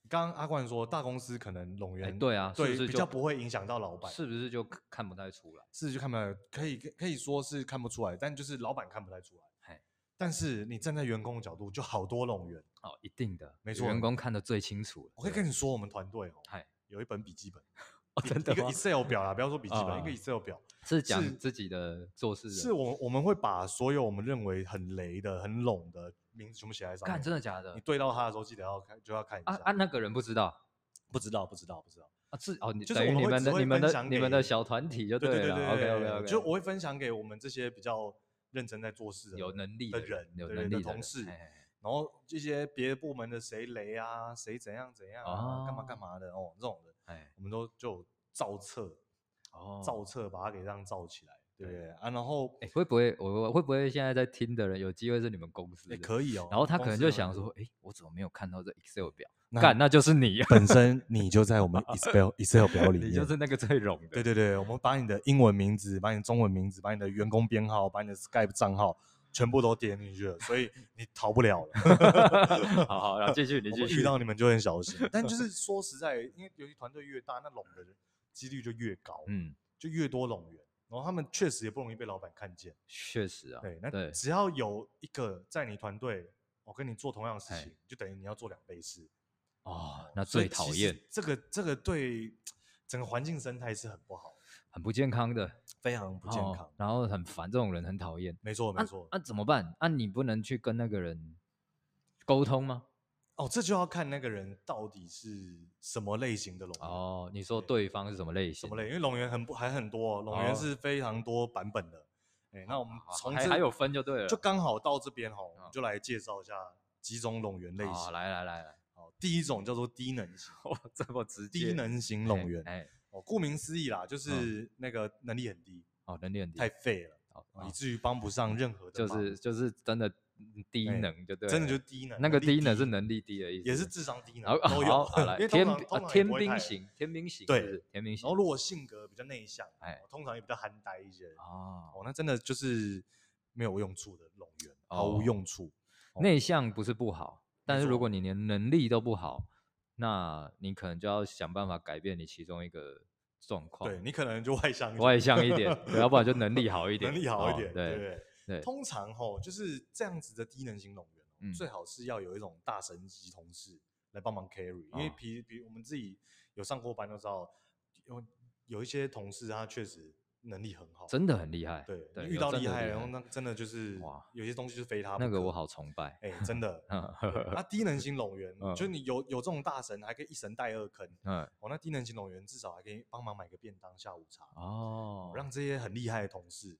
Speaker 1: 刚刚阿冠说大公司可能拢员、
Speaker 2: 对啊是不
Speaker 1: 对
Speaker 2: 是
Speaker 1: 比
Speaker 2: 就
Speaker 1: 较不会影响到老板，
Speaker 2: 是不是就看不太出来？
Speaker 1: 是就看不来，可以可以说是看不出来，但就是老板看不太出来。
Speaker 2: 嘿
Speaker 1: 但是你站在员工的角度，就好多拢员。
Speaker 2: 哦，一定的，
Speaker 1: 没错
Speaker 2: 员工看得最清楚了。
Speaker 1: 我可以跟你说，我们团队哦，
Speaker 2: 嗨，
Speaker 1: 有一本笔记本，
Speaker 2: 哦，
Speaker 1: 一
Speaker 2: 真的
Speaker 1: 一个
Speaker 2: 吗？
Speaker 1: Excel 表啦，不要说笔记本，
Speaker 2: 啊
Speaker 1: 一个 Excel 表，
Speaker 2: 是讲
Speaker 1: 是
Speaker 2: 自己的做事的，
Speaker 1: 是我我们会把所有我们认为很雷的、很拢的名字全部写在上面
Speaker 2: 看。真的假的
Speaker 1: 你？对到他的时候，记得要看，就要看一下。
Speaker 2: 啊啊，那个人不知道
Speaker 1: 不知道，不知道，不知道。
Speaker 2: 啊，是哦，你
Speaker 1: 就是
Speaker 2: 等于
Speaker 1: 我们会
Speaker 2: 你们
Speaker 1: 只
Speaker 2: 的
Speaker 1: 会
Speaker 2: 你们
Speaker 1: 分
Speaker 2: 的
Speaker 1: 享
Speaker 2: 你们的
Speaker 1: 给
Speaker 2: 小团体就
Speaker 1: 对对
Speaker 2: 了
Speaker 1: 对
Speaker 2: ，OK OK OK，
Speaker 1: 就我会分享给我们这些比较认真在做事的
Speaker 2: 有能力
Speaker 1: 的
Speaker 2: 人
Speaker 1: 人，
Speaker 2: 有
Speaker 1: 对
Speaker 2: 能
Speaker 1: 对
Speaker 2: 力哎
Speaker 1: 同事，
Speaker 2: 嘿
Speaker 1: 然
Speaker 2: 嘿嘿
Speaker 1: 然后一些别的部门的谁雷啊，谁怎样怎样啊，干嘛干嘛的哦，这种的，
Speaker 2: 哎，
Speaker 1: 我们都就有造册，
Speaker 2: 哦
Speaker 1: 造册把它给这样造起来，对不
Speaker 2: 对
Speaker 1: 对啊？然后
Speaker 2: 哎、会不会我我会不会现在在听的人有机会是你们公司
Speaker 1: 也、
Speaker 2: 的
Speaker 1: 可以哦，
Speaker 2: 然后他可
Speaker 1: 公
Speaker 2: 能
Speaker 1: 司
Speaker 2: 就
Speaker 1: 有
Speaker 2: 想
Speaker 1: 很多
Speaker 2: 说，，哎、我怎么没有看到这 Excel 表？
Speaker 1: 那
Speaker 2: 干，那就是你， [laughs]
Speaker 1: [laughs] 本身你就在我们 Excel Excel 表里面，
Speaker 2: 你就是那个最容的。
Speaker 1: 对对对，我们把你的英文名字、把你的中文名字、把你的员工编号、把你的 Skype 账号全部都点进去了，所以你逃不了了。[laughs]
Speaker 2: [laughs] 好好，然后继续，你
Speaker 1: 我
Speaker 2: 继
Speaker 1: 们
Speaker 2: 续。
Speaker 1: 遇到你们就很小心， [laughs] 但就是说实在，因为尤其团队越大，那拢的人几率就越高，
Speaker 2: 嗯，
Speaker 1: 就越多拢员，然后他们确实也不容易被老板看见。
Speaker 2: 确实啊，
Speaker 1: 对，那
Speaker 2: 对
Speaker 1: 只要有一个在你团队，我跟你做同样的事
Speaker 2: 哎
Speaker 1: 情，就等于你要做两倍事。
Speaker 2: 哦，那
Speaker 1: 所以
Speaker 2: 最讨
Speaker 1: 其实
Speaker 2: 厌，
Speaker 1: 这个，这个对整个环境生态是很不好的，
Speaker 2: 很不健康的，
Speaker 1: 非常不健
Speaker 2: 哦
Speaker 1: 康。
Speaker 2: 然后很烦，这种人很讨厌。
Speaker 1: 没错，
Speaker 2: 啊
Speaker 1: 没错。
Speaker 2: 那、啊怎么办？那、你不能去跟那个人沟通吗？
Speaker 1: 哦，这就要看那个人到底是什么类型的龙源，
Speaker 2: 哦，你说
Speaker 1: 对
Speaker 2: 对方是什么类
Speaker 1: 什
Speaker 2: 型？
Speaker 1: 么类？因为龙源很不还很多、哦，龙源
Speaker 2: 哦
Speaker 1: 是非常多版本的。哎、那我们
Speaker 2: 好？
Speaker 1: 从
Speaker 2: 哦还
Speaker 1: 这
Speaker 2: 还有分就对了。
Speaker 1: 就刚好到这边哈、我们就来介绍一下几种龙源类型。
Speaker 2: 哦，来来来
Speaker 1: [laughs]
Speaker 2: 来，
Speaker 1: 好，第一种叫做低能型，
Speaker 2: 我这么直接。
Speaker 1: 低能型
Speaker 2: 哎
Speaker 1: 龙源。
Speaker 2: 哎，
Speaker 1: 哦，顾名思义啦，就是那个能力很低，
Speaker 2: 哦，能力嗯很低，
Speaker 1: 太废了，
Speaker 2: 好
Speaker 1: 哦
Speaker 2: 好
Speaker 1: 以至于帮不上任何的
Speaker 2: 就
Speaker 1: 忙，
Speaker 2: 是就是真的低
Speaker 1: 哎
Speaker 2: 能，就对了，
Speaker 1: 真的就低能。
Speaker 2: 那个
Speaker 1: 力
Speaker 2: 低能是能力低的意思，
Speaker 1: 也是智商低
Speaker 2: 然
Speaker 1: 能
Speaker 2: 后
Speaker 1: 都有
Speaker 2: 好，好来
Speaker 1: 因为
Speaker 2: 天
Speaker 1: 通常
Speaker 2: 啊
Speaker 1: 通常也
Speaker 2: 天
Speaker 1: 不会
Speaker 2: 兵
Speaker 1: 太
Speaker 2: 型，天兵型
Speaker 1: 对
Speaker 2: 是不是天兵型，
Speaker 1: 然后如果性格比较内向，
Speaker 2: 哎
Speaker 1: 哦通常也比较憨呆一些，
Speaker 2: 啊
Speaker 1: 哦，那真的就是没有用处的冗员，毫无
Speaker 2: 哦
Speaker 1: 用处。哦
Speaker 2: 内向不是不好，但是
Speaker 1: 错
Speaker 2: 如果你连能力都不好，那你可能就要想办法改变你其中一个状况，
Speaker 1: 对，你可能就外向一点，
Speaker 2: 哦外向一点，对要不然就能力好一点，
Speaker 1: 能力好一
Speaker 2: 哦
Speaker 1: 点，对不
Speaker 2: 对
Speaker 1: 对？
Speaker 2: 对，
Speaker 1: 通常吼就是这样子的低能型冗员哦，
Speaker 2: 嗯
Speaker 1: 最好是要有一种大神级同事来帮忙 carry，因为
Speaker 2: 哦
Speaker 1: 比比我们自己有上过班都知道，有有一些同事他确实能力很好，
Speaker 2: 真的很厉害，
Speaker 1: 对，
Speaker 2: 对，
Speaker 1: 你遇
Speaker 2: 有
Speaker 1: 到
Speaker 2: 真
Speaker 1: 厉
Speaker 2: 的
Speaker 1: 害，然后那真的就是
Speaker 2: 哇
Speaker 1: 有些东西就非他不
Speaker 2: 那个
Speaker 1: 可
Speaker 2: 我好崇拜，。
Speaker 1: 哎，真的
Speaker 2: [laughs]
Speaker 1: [laughs]
Speaker 2: 嗯
Speaker 1: 啊，低能型拢员，
Speaker 2: 嗯
Speaker 1: 就是你有有这种大神，还可以一神带二坑。
Speaker 2: 嗯
Speaker 1: 哦，那低能型拢员至少还可以帮忙买个便当、下午茶，
Speaker 2: 哦
Speaker 1: 哦，让这些很厉害的同事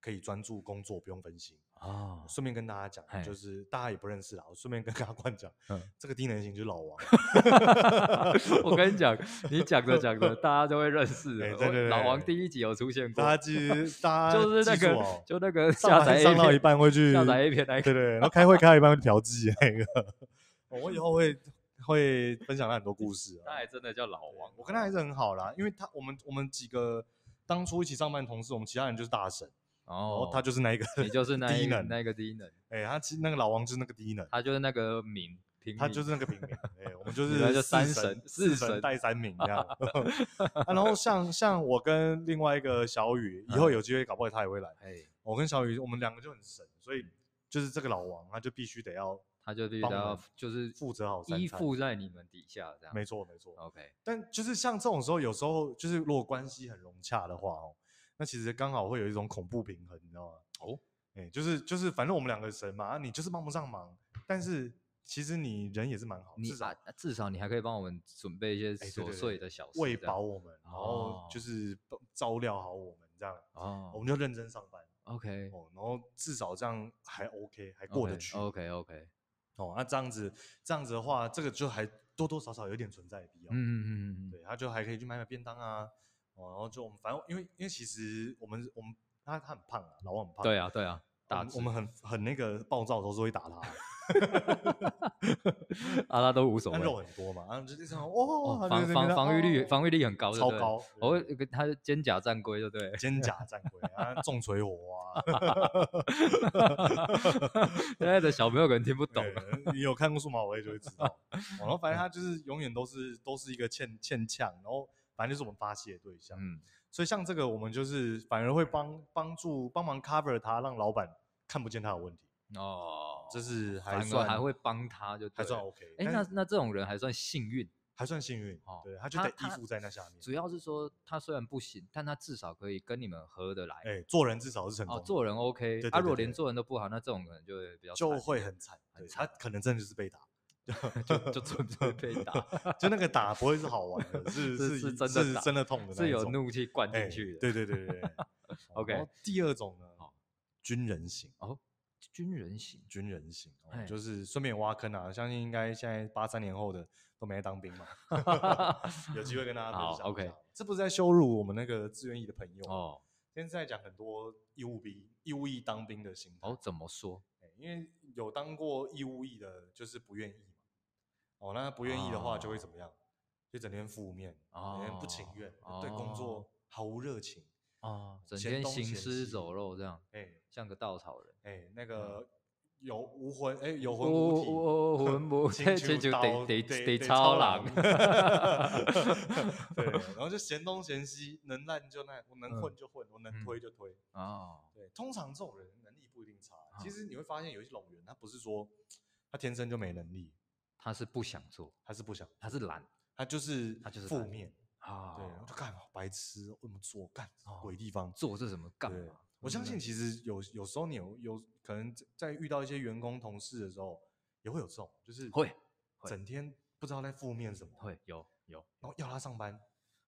Speaker 1: 可以专注工作，不用分心。
Speaker 2: 哦 [laughs]
Speaker 1: 顺便跟大家讲，
Speaker 2: 嘿
Speaker 1: 就是大家也不认识啦， [laughs] 我顺便跟阿冠讲
Speaker 2: 嗯，。
Speaker 1: 这个低能型就是老王
Speaker 2: [laughs]
Speaker 1: [laughs]
Speaker 2: 我跟你讲，你讲着讲着，大家都会认识的。
Speaker 1: 哎
Speaker 2: 我
Speaker 1: 对对
Speaker 2: 老
Speaker 1: 对
Speaker 2: 王第一集有出现过
Speaker 1: 大，家
Speaker 2: [laughs]
Speaker 1: 记，大家
Speaker 2: 就是那
Speaker 1: 记住
Speaker 2: 个
Speaker 1: 哦
Speaker 2: 就那个
Speaker 1: 上
Speaker 2: 下载
Speaker 1: 班
Speaker 2: A
Speaker 1: 上到
Speaker 2: 片
Speaker 1: 一半会去
Speaker 2: 下载 A 片那一
Speaker 1: 对
Speaker 2: 个，
Speaker 1: 对，然后开会开到一半会调剂那 [laughs] 个。我以后会会分享他很多故事啊
Speaker 2: 他。还真的叫老王。哦
Speaker 1: 我跟他还是很好啦，因为他我们我们几个当初一起上班的同事，我们其他人就是大神，然
Speaker 2: 哦
Speaker 1: 后，他就是那一个，
Speaker 2: 你就是那
Speaker 1: 低
Speaker 2: 一个
Speaker 1: 能
Speaker 2: 那个低能，
Speaker 1: 哎，他其实那个老王就是那个低能，
Speaker 2: 他就是那个名平民，
Speaker 1: 他就是那个平民，哎，我们就
Speaker 2: 你们
Speaker 1: 是
Speaker 2: 就
Speaker 1: 四
Speaker 2: 三
Speaker 1: 神
Speaker 2: 神
Speaker 1: 四
Speaker 2: 四
Speaker 1: 神
Speaker 2: 神
Speaker 1: 带三名这
Speaker 2: [laughs]
Speaker 1: 样。啊然后像像我跟另外一个小雨，以
Speaker 2: 嗯
Speaker 1: 后有机会搞不好他也会来。
Speaker 2: 哎，
Speaker 1: 我跟小雨我们两个就很神，所以就是这个老王他就必须得要
Speaker 2: 他就必须
Speaker 1: 帮
Speaker 2: 要
Speaker 1: 忙
Speaker 2: 就是
Speaker 1: 负责好三
Speaker 2: 依
Speaker 1: 餐
Speaker 2: 附在你们底下这样。
Speaker 1: 没错没错。
Speaker 2: OK，
Speaker 1: 但就是像这种时候，有时候就是如果关系很融洽的话哦，那其实刚好会有一种恐怖平衡，你知道吗？
Speaker 2: 哦，
Speaker 1: 哎、就是就是，反正我们两个神嘛，啊你就是帮不上忙，但是其实你人也是蛮好，
Speaker 2: 你
Speaker 1: 至少哎
Speaker 2: 啊至少你还可以帮我们准备一些
Speaker 1: 对
Speaker 2: 琐
Speaker 1: 对
Speaker 2: 碎
Speaker 1: 对
Speaker 2: 的小事，
Speaker 1: 喂饱我们，然后
Speaker 2: 哦
Speaker 1: 就是照料好我们这样，我
Speaker 2: 哦
Speaker 1: 们就认真上班
Speaker 2: ，OK，
Speaker 1: 哦，然后至少这样还 OK，还过得去
Speaker 2: ，OK OK，
Speaker 1: 哦。那这样子这样子的话，这个就还多多少少有点存在的必要。
Speaker 2: 嗯嗯嗯嗯嗯，
Speaker 1: 对，他就还可以去买买便当啊，哦，然后就我们反正因为因为其实我们我们他他很胖啊，老王很胖，
Speaker 2: 对
Speaker 1: 啊，
Speaker 2: 啊，对啊，
Speaker 1: 我
Speaker 2: 大
Speaker 1: 们
Speaker 2: 致
Speaker 1: 我们很很那个暴躁的时候是会打
Speaker 2: [laughs]
Speaker 1: 他的，
Speaker 2: 阿啊拉都无所
Speaker 1: 但肉
Speaker 2: 谓。
Speaker 1: 很多嘛，然后就这样哦，
Speaker 2: 哦，
Speaker 1: 他
Speaker 2: 防
Speaker 1: 就在那
Speaker 2: 防
Speaker 1: 边
Speaker 2: 防御率
Speaker 1: 哦
Speaker 2: 防御力很高，
Speaker 1: 超高，
Speaker 2: 我
Speaker 1: 对
Speaker 2: 会跟他就肩胛战龟，对
Speaker 1: [laughs]
Speaker 2: 不对？ [laughs]
Speaker 1: 肩胛战龟啊，重锤火啊，
Speaker 2: 现在的小朋友可能听不懂
Speaker 1: 对。你有看过数码宝贝就会
Speaker 2: [laughs]
Speaker 1: 知道，哦然后反正他就是永远都是都是一个欠欠呛，然后反正就是我们发泄的对象，
Speaker 2: 嗯，
Speaker 1: 所以像这个我们就是反而会帮帮助帮忙 cover 他，让老板看不见他有问题。
Speaker 2: 哦，
Speaker 1: 这是
Speaker 2: 反
Speaker 1: 还
Speaker 2: 而
Speaker 1: 算
Speaker 2: 还会帮他就
Speaker 1: 还
Speaker 2: 对
Speaker 1: 算
Speaker 2: 了
Speaker 1: OK。
Speaker 2: 哎，
Speaker 1: 但
Speaker 2: 那
Speaker 1: 是
Speaker 2: 那这种人还算幸运，
Speaker 1: 还算幸运
Speaker 2: 哦，
Speaker 1: 对，他就得
Speaker 2: 他
Speaker 1: 依
Speaker 2: 他
Speaker 1: 附在那下面。
Speaker 2: 主要是说他虽然不行，但他至少可以跟你们合得来。
Speaker 1: 哎，做人至少是成功
Speaker 2: 哦，
Speaker 1: 的，
Speaker 2: 做人 OK，
Speaker 1: 对对
Speaker 2: 啊，如果
Speaker 1: 对
Speaker 2: 连
Speaker 1: 对
Speaker 2: 做人都不好，那这种可能就会比较
Speaker 1: 就
Speaker 2: 惨
Speaker 1: 会
Speaker 2: [laughs]
Speaker 1: 很惨，
Speaker 2: 很
Speaker 1: 对
Speaker 2: 惨
Speaker 1: 他可能真的就是被打，
Speaker 2: 就就准备被
Speaker 1: [laughs]
Speaker 2: 打，
Speaker 1: 就那个打不会是好玩的，是
Speaker 2: [laughs] 是是
Speaker 1: 是
Speaker 2: 真的
Speaker 1: 是
Speaker 2: 打
Speaker 1: 真的痛的，
Speaker 2: 是有怒气灌进去的。 [laughs]
Speaker 1: 对对对对对哦
Speaker 2: OK
Speaker 1: 然后第二种呢
Speaker 2: 好，
Speaker 1: 军人型
Speaker 2: 哦，军
Speaker 1: [laughs]
Speaker 2: 人型，
Speaker 1: 军人型，哦
Speaker 2: 哎
Speaker 1: 就是顺便挖坑啊。相信应该现在八三年后的都没在当
Speaker 2: [laughs]
Speaker 1: 兵嘛，有机会跟大家分享一下。
Speaker 2: 好，OK
Speaker 1: 这不是在羞辱我们那个志愿役的朋友哦。
Speaker 2: 哦
Speaker 1: 今天是在讲很多义务兵、义务役当兵的心态。
Speaker 2: 哦，怎么说？
Speaker 1: 哎因为有当过义务役的，就是不愿意嘛。哦，那不愿意的
Speaker 2: 啊
Speaker 1: 话就会怎么样？就整天负面，整天不情
Speaker 2: 哦
Speaker 1: 愿，对工
Speaker 2: 哦
Speaker 1: 作毫无热情。
Speaker 2: 哦，整
Speaker 1: 嫌
Speaker 2: 天
Speaker 1: 东
Speaker 2: 行
Speaker 1: 嫌
Speaker 2: 尸
Speaker 1: 西
Speaker 2: 走肉这样，
Speaker 1: 哎
Speaker 2: 像个稻草人。
Speaker 1: 哎，那个有无魂，哎有
Speaker 2: 嗯我
Speaker 1: 魂无体。
Speaker 2: 我我哦魂
Speaker 1: [laughs]
Speaker 2: 不
Speaker 1: 亲
Speaker 2: 这
Speaker 1: 像
Speaker 2: 这就
Speaker 1: 刀
Speaker 2: 得得
Speaker 1: 得
Speaker 2: 得
Speaker 1: 得
Speaker 2: 超
Speaker 1: 操。
Speaker 2: 狼 [laughs]
Speaker 1: 对，然后就嫌东嫌西，能烂就烂，我能
Speaker 2: 嗯
Speaker 1: 混就混，我能
Speaker 2: 嗯
Speaker 1: 推就推。
Speaker 2: 哦，
Speaker 1: 对，通常这种人能力不一定差。其
Speaker 2: 啊
Speaker 1: 实你会发现有一种人，他不是说他天生就没能力，
Speaker 2: 他是不想做，
Speaker 1: 他是不想，
Speaker 2: 他是懒
Speaker 1: 他就是
Speaker 2: 他就是
Speaker 1: 负
Speaker 2: 懒
Speaker 1: 面。
Speaker 2: 啊。
Speaker 1: 对，我就干嘛白痴，我怎么做干
Speaker 2: 哦
Speaker 1: 鬼地方
Speaker 2: 做这什么干
Speaker 1: 对
Speaker 2: 嘛？
Speaker 1: 我相
Speaker 2: 真的
Speaker 1: 信，其实有有时候你有有可能在在遇到一些员工同事的时候，也会有这种，就是
Speaker 2: 会会嗯
Speaker 1: 整天不知道在负面什么，
Speaker 2: 会有有，
Speaker 1: 然后要他上班，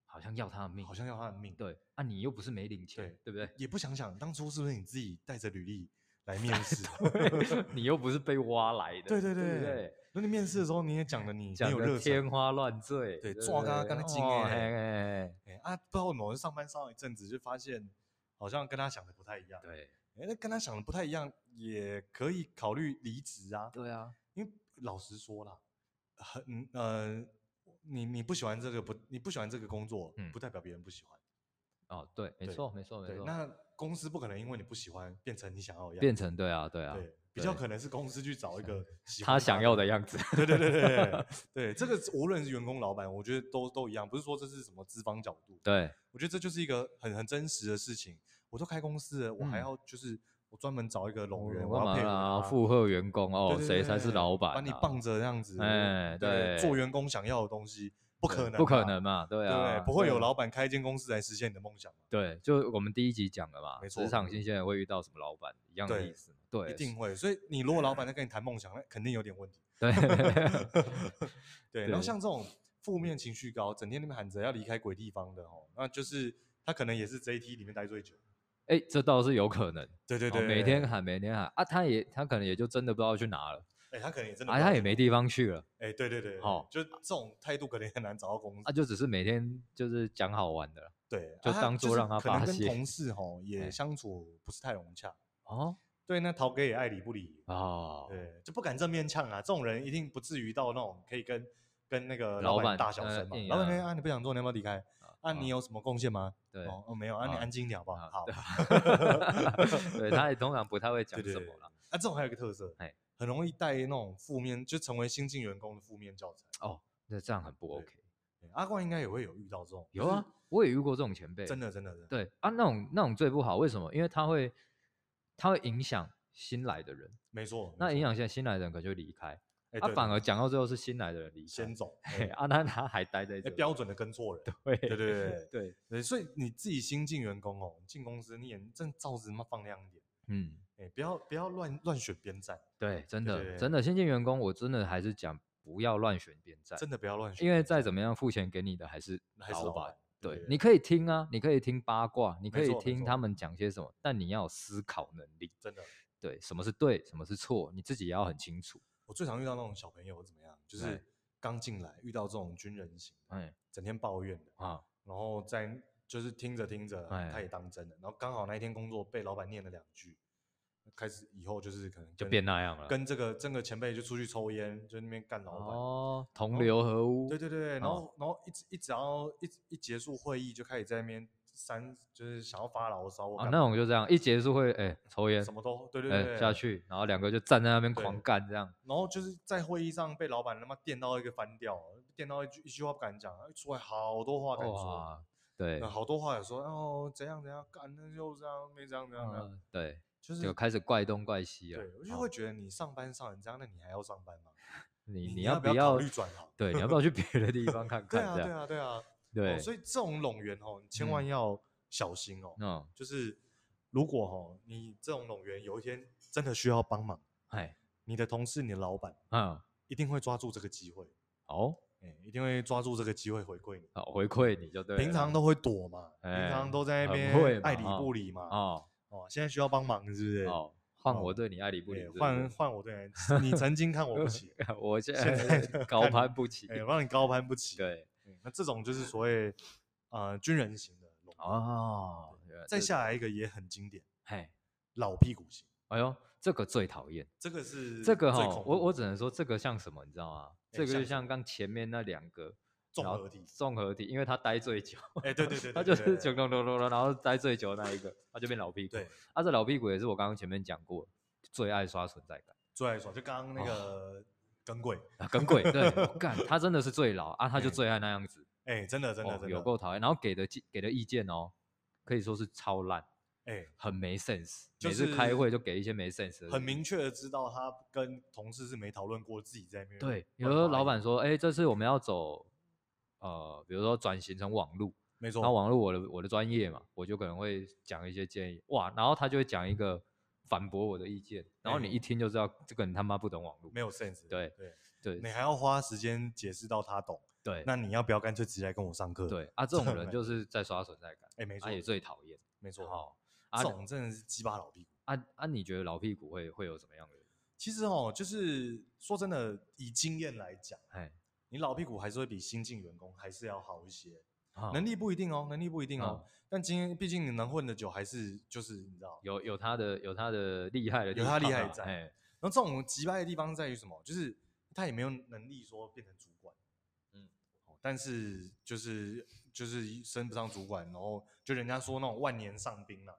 Speaker 2: 好像要他的命，
Speaker 1: 好像要他的命，
Speaker 2: 对啊，你又不是没领钱，对不对？ [laughs]
Speaker 1: 也不想想当初是不是你自己带着履历来
Speaker 2: [laughs]
Speaker 1: 面试，
Speaker 2: 你又不是被挖来的，
Speaker 1: 对对
Speaker 2: 对不
Speaker 1: 对
Speaker 2: 对，
Speaker 1: 那你面试的时候你也讲的你很
Speaker 2: 讲
Speaker 1: 有
Speaker 2: 的
Speaker 1: 热情
Speaker 2: 天。花乱坠，
Speaker 1: 对
Speaker 2: 不
Speaker 1: 抓刚刚的经验
Speaker 2: 哦嘿嘿嘿
Speaker 1: 哎啊，不知道为什么上班上了一阵子，就发现好像跟他想的不太一样。
Speaker 2: 对
Speaker 1: 哎，那跟他想的不太一样，也可以考虑离职啊。
Speaker 2: 对啊，
Speaker 1: 因为老实说啦，很呃，你你不喜欢这个不，你不喜欢这个工作，
Speaker 2: 嗯
Speaker 1: 不代表别人不喜欢。
Speaker 2: 哦对，没
Speaker 1: 对
Speaker 2: 错没错没
Speaker 1: 对，
Speaker 2: 错，
Speaker 1: 那公司不可能因为你不喜欢变成你想要的样子，
Speaker 2: 变成对啊对啊，
Speaker 1: 对，比较
Speaker 2: 对
Speaker 1: 可能是公司去找一
Speaker 2: [laughs]
Speaker 1: 个喜欢
Speaker 2: 他想要
Speaker 1: 的。
Speaker 2: 的样子，
Speaker 1: 对对对对对对，这个无论是员工、老板，我觉得都都一样，不是说这是什么资方角度，
Speaker 2: [laughs] 对
Speaker 1: 我觉得这就是一个很很真实的事情。我都开公司了，我还
Speaker 2: 嗯
Speaker 1: 要就是我专门找一个
Speaker 2: 我
Speaker 1: 拢员，我
Speaker 2: 干
Speaker 1: 要
Speaker 2: 嘛
Speaker 1: 配合
Speaker 2: 啦？
Speaker 1: 他
Speaker 2: 附和员工
Speaker 1: 对
Speaker 2: 哦，
Speaker 1: 对
Speaker 2: 谁
Speaker 1: 对
Speaker 2: 才是
Speaker 1: 对
Speaker 2: 老板啊？
Speaker 1: 把你棒着这样子，
Speaker 2: 哎对
Speaker 1: 做员工想要的东西，不可能，啊
Speaker 2: 不可能，嘛？对
Speaker 1: 对不
Speaker 2: 啊
Speaker 1: 对，？不会有
Speaker 2: 对
Speaker 1: 老板开一间公司来实现你的梦想嘛？
Speaker 2: 对，就我们第一集讲的嘛，
Speaker 1: 没错
Speaker 2: 职场新鲜人会遇到什么老板一样的
Speaker 1: 对
Speaker 2: 意思嘛，对，
Speaker 1: 一定会。所以你如果老板在跟你谈梦想，那肯定有点问
Speaker 2: [laughs]
Speaker 1: 题。
Speaker 2: 对
Speaker 1: 对，然后
Speaker 2: 对
Speaker 1: 像这种负面情绪高，整天那边喊着要离开鬼地方的哦，那就是他可能也是 JT 里面待最久。
Speaker 2: 哎、这倒是有可能。
Speaker 1: 对对
Speaker 2: 哦
Speaker 1: 对，
Speaker 2: 每天喊，每天喊啊，他也他可能也就真的不知道去哪了，
Speaker 1: 哎，他可能也真的
Speaker 2: 啊，
Speaker 1: 不
Speaker 2: 他
Speaker 1: 知
Speaker 2: 也
Speaker 1: 道
Speaker 2: 没地方去了，
Speaker 1: 哎，对对对，
Speaker 2: 哦
Speaker 1: 哦，就这种态度可能也很难找到公司
Speaker 2: 他。啊就只是每天就是讲好玩的了
Speaker 1: 对，
Speaker 2: 就
Speaker 1: 啊
Speaker 2: 当作
Speaker 1: 是
Speaker 2: 让他
Speaker 1: 可能
Speaker 2: 发
Speaker 1: 跟
Speaker 2: 泄
Speaker 1: 同事吼也
Speaker 2: 哎
Speaker 1: 相处不是太融洽。
Speaker 2: 哦
Speaker 1: 对，那陶哥也爱理不理，
Speaker 2: 哦，
Speaker 1: 对，就不敢正面呛啊。这种人一定不至于到那种可以跟跟那个
Speaker 2: 老
Speaker 1: 板
Speaker 2: 板
Speaker 1: 大小
Speaker 2: 呃
Speaker 1: 声嘛。
Speaker 2: 硬
Speaker 1: 老板说
Speaker 2: 啊
Speaker 1: 啊，你不想做，你要不要离开？啊，你有什么贡献吗？
Speaker 2: 哦对
Speaker 1: 哦，哦没有，啊，你
Speaker 2: 啊
Speaker 1: 安静一点好不好？好。啊
Speaker 2: 对，他也通常不太会讲
Speaker 1: [laughs] 对对
Speaker 2: 什
Speaker 1: 对
Speaker 2: 么了，
Speaker 1: 啊，这种还有一个特色
Speaker 2: 哎，
Speaker 1: 很容易带那种负面，就成为新进员工的负面教材。
Speaker 2: 哦，那这样很不
Speaker 1: 对
Speaker 2: OK，
Speaker 1: 对阿冠应该也会有遇到这种，
Speaker 2: 有
Speaker 1: 就是
Speaker 2: 啊，，我也遇过这种前辈，
Speaker 1: 真的真的真的，
Speaker 2: 对啊，那种那种最不好，为什么？因为他会他会影响新来的人，
Speaker 1: 没错。
Speaker 2: 那
Speaker 1: 没
Speaker 2: 影
Speaker 1: 错
Speaker 2: 响现在新来的人可能就离开，
Speaker 1: 哎
Speaker 2: 啊，
Speaker 1: 对
Speaker 2: 反
Speaker 1: 对
Speaker 2: 而讲到最后是新来的人离开
Speaker 1: 先，走，
Speaker 2: [laughs]
Speaker 1: 哎
Speaker 2: 嘿啊，那他还待在这
Speaker 1: 哎
Speaker 2: 里，
Speaker 1: 标准的跟错人。
Speaker 2: 对
Speaker 1: 对对对对
Speaker 2: [laughs] 对，
Speaker 1: 对，所以你自己新进员工哦，进公司你眼正罩子嘛放亮一点，
Speaker 2: 嗯，
Speaker 1: 哎、不要不要乱乱选边站，
Speaker 2: 对，真
Speaker 1: 对
Speaker 2: 的
Speaker 1: 对
Speaker 2: 真的新进员工，我真的还是讲不要乱选边站，
Speaker 1: 真的不要乱选
Speaker 2: 因
Speaker 1: 边站，
Speaker 2: 为再怎么样付钱给你的还是
Speaker 1: 还是
Speaker 2: 老
Speaker 1: 老
Speaker 2: 板
Speaker 1: 板。，
Speaker 2: 对，
Speaker 1: 对
Speaker 2: 你可以听啊，你可以听八卦，你可
Speaker 1: 没
Speaker 2: 以
Speaker 1: 错没
Speaker 2: 听
Speaker 1: 错
Speaker 2: 他们讲些什么，但你要有思考能力。
Speaker 1: 真的，
Speaker 2: 对，什么是对，什么是错，你自己也要很清楚。
Speaker 1: 我最常遇到那种小朋友怎么样，就
Speaker 2: 哎
Speaker 1: 是刚进来遇到这种军人型的，
Speaker 2: 哎
Speaker 1: 整天抱怨的，
Speaker 2: 啊，
Speaker 1: 然后在就是听着听着
Speaker 2: 哎
Speaker 1: 他也当真了，然后刚好那一天工作被老板念了两句，开始以后就是可能
Speaker 2: 就
Speaker 1: 跟
Speaker 2: 变那样了。
Speaker 1: 跟这个这个前辈就出去抽烟，就那边干老板。
Speaker 2: 哦，同
Speaker 1: 后
Speaker 2: 流合污。
Speaker 1: 对对对，然
Speaker 2: 哦
Speaker 1: 后然后一直一只要一直一结束会议就开始在那边三就是想要发牢骚或
Speaker 2: 啊，
Speaker 1: 干
Speaker 2: 那
Speaker 1: 嘛
Speaker 2: 种就这样，一结束会哎、抽烟，
Speaker 1: 什么都对对
Speaker 2: 哎、
Speaker 1: 对
Speaker 2: 下，去，然后两个就站在那边
Speaker 1: 对
Speaker 2: 狂干这样。
Speaker 1: 然后就是在会议上被老板他妈电到一个翻掉，电到一句一句话不敢讲，一出来好多话敢说，
Speaker 2: 哇，对
Speaker 1: 嗯，好多话也说，哦怎样怎样干，那就这样没这样怎样怎样，
Speaker 2: 嗯对，
Speaker 1: 就是
Speaker 2: 就开始怪东怪西了哦
Speaker 1: 对。，我就会觉得你上班上成这样，那你还要上班吗？
Speaker 2: 你
Speaker 1: 你
Speaker 2: 你
Speaker 1: 你
Speaker 2: 要
Speaker 1: 要不
Speaker 2: 不
Speaker 1: 要考
Speaker 2: 要
Speaker 1: 虑转行
Speaker 2: 对，你要不要去别的地方看
Speaker 1: [laughs] 对
Speaker 2: 看？
Speaker 1: 啊
Speaker 2: 这
Speaker 1: 对
Speaker 2: 样
Speaker 1: 啊对啊，
Speaker 2: 对
Speaker 1: 哦，所以这种拢员哦，你千
Speaker 2: 嗯
Speaker 1: 万要小心哦。
Speaker 2: 嗯，
Speaker 1: 就是如果哦，你这种冗员有一天真的需要帮忙，
Speaker 2: 哎，
Speaker 1: 你的同事、你的老板
Speaker 2: 嗯，
Speaker 1: 一定会抓住这个机会，
Speaker 2: 好，
Speaker 1: 哎、一定会抓住这个机会回馈你。
Speaker 2: 好回馈你就对了。
Speaker 1: 平常都会躲嘛，
Speaker 2: 哎
Speaker 1: 平常都在那
Speaker 2: 很会
Speaker 1: 边
Speaker 2: 嘛
Speaker 1: 爱理不理嘛。哦
Speaker 2: 哦
Speaker 1: 现在需要帮忙是不是？
Speaker 2: 哦，换
Speaker 1: 哦
Speaker 2: 我对你爱理不理
Speaker 1: 哎
Speaker 2: 是不是，
Speaker 1: 换换我对你，你曾经看我不
Speaker 2: [laughs]
Speaker 1: 起，
Speaker 2: 我现
Speaker 1: 现在 [laughs]
Speaker 2: 在高
Speaker 1: 看你
Speaker 2: 攀不起。
Speaker 1: 哎、让你高攀不起。
Speaker 2: 对
Speaker 1: 嗯那这种就是所谓呃军人型的龙。
Speaker 2: 哦，原来
Speaker 1: 再
Speaker 2: 这
Speaker 1: 下来一个也很经典，
Speaker 2: 嘿，
Speaker 1: 老屁股型，
Speaker 2: 哎呦，这个最讨厌。
Speaker 1: 这个是
Speaker 2: 这个
Speaker 1: 最
Speaker 2: 哈
Speaker 1: 恐，
Speaker 2: 我
Speaker 1: 怖
Speaker 2: 我
Speaker 1: 的
Speaker 2: 只能说这个像什么，你知道吗？
Speaker 1: 哎
Speaker 2: 这个
Speaker 1: 像
Speaker 2: 就
Speaker 1: 什
Speaker 2: 像刚前面那两个
Speaker 1: 综
Speaker 2: 然后
Speaker 1: 合体
Speaker 2: 综合体，因为他待最久，
Speaker 1: 哎、对对对对，
Speaker 2: [laughs] 他就
Speaker 1: 对对
Speaker 2: 是九咚咚咚咚，然后待最久的那一个，他就变老屁股
Speaker 1: 对。
Speaker 2: 啊，这老屁股也是我刚刚前面讲过，最爱刷存在感，
Speaker 1: 最爱耍，就刚刚那
Speaker 2: 哦
Speaker 1: 个耿鬼，
Speaker 2: 啊，耿鬼对，
Speaker 1: [laughs]
Speaker 2: 我干，他真的是最老啊，他就
Speaker 1: 哎
Speaker 2: 最爱那样子，
Speaker 1: 哎、真的真的、
Speaker 2: 哦
Speaker 1: 真的
Speaker 2: 有够讨厌。然后给的建给的意见哦，可以说是超烂，
Speaker 1: 哎、
Speaker 2: 很没 sense，
Speaker 1: 就
Speaker 2: 每次开
Speaker 1: 是
Speaker 2: 会就给一些没 sense，的
Speaker 1: 很明确的知道他跟同事是没讨论过，自己在那边
Speaker 2: 对，有
Speaker 1: 乱
Speaker 2: 时候
Speaker 1: 发
Speaker 2: 老
Speaker 1: 言
Speaker 2: 板说，哎、这次我们要走，呃，比如说转型成网路，
Speaker 1: 没
Speaker 2: 那
Speaker 1: 错，
Speaker 2: 网路我的我的专业嘛，我就可能会讲一些建议，哇，然后他就会讲一个反驳我的意见，然后你
Speaker 1: 哎
Speaker 2: 一听就知道这个人他妈不懂网路，
Speaker 1: 没有 sense，
Speaker 2: 对
Speaker 1: 对，
Speaker 2: 对
Speaker 1: 你还要花时间解释到他懂，
Speaker 2: 对
Speaker 1: 那你要不要干脆直接来跟我上课？，
Speaker 2: 对啊，这
Speaker 1: [laughs]
Speaker 2: 种人
Speaker 1: 没
Speaker 2: 就是在刷存在感，
Speaker 1: 哎、没错
Speaker 2: 他、也最讨厌，
Speaker 1: 没错，
Speaker 2: 哦，啊
Speaker 1: 这种真的是鸡巴老屁股。
Speaker 2: 啊啊，你觉得老屁股会会有什么样的人？
Speaker 1: 其实哦，就是说真的，以经验来讲，
Speaker 2: 哎，
Speaker 1: 你老屁股还是会比新进员工还是要好一些。[laughs]
Speaker 2: 啊
Speaker 1: 能力不一定哦，能力不一定哦，但今天毕竟你能混的久，还是就是你知道，
Speaker 2: 有有他的有他的厉害的地
Speaker 1: 有他
Speaker 2: 方啊，
Speaker 1: 厉害在
Speaker 2: 哎，
Speaker 1: 然后这种击败的地方在于什么？就是他也没有能力说变成主管，
Speaker 2: 嗯
Speaker 1: 嗯，但是就是就是升不上主管，然后就人家说那种万年上兵了、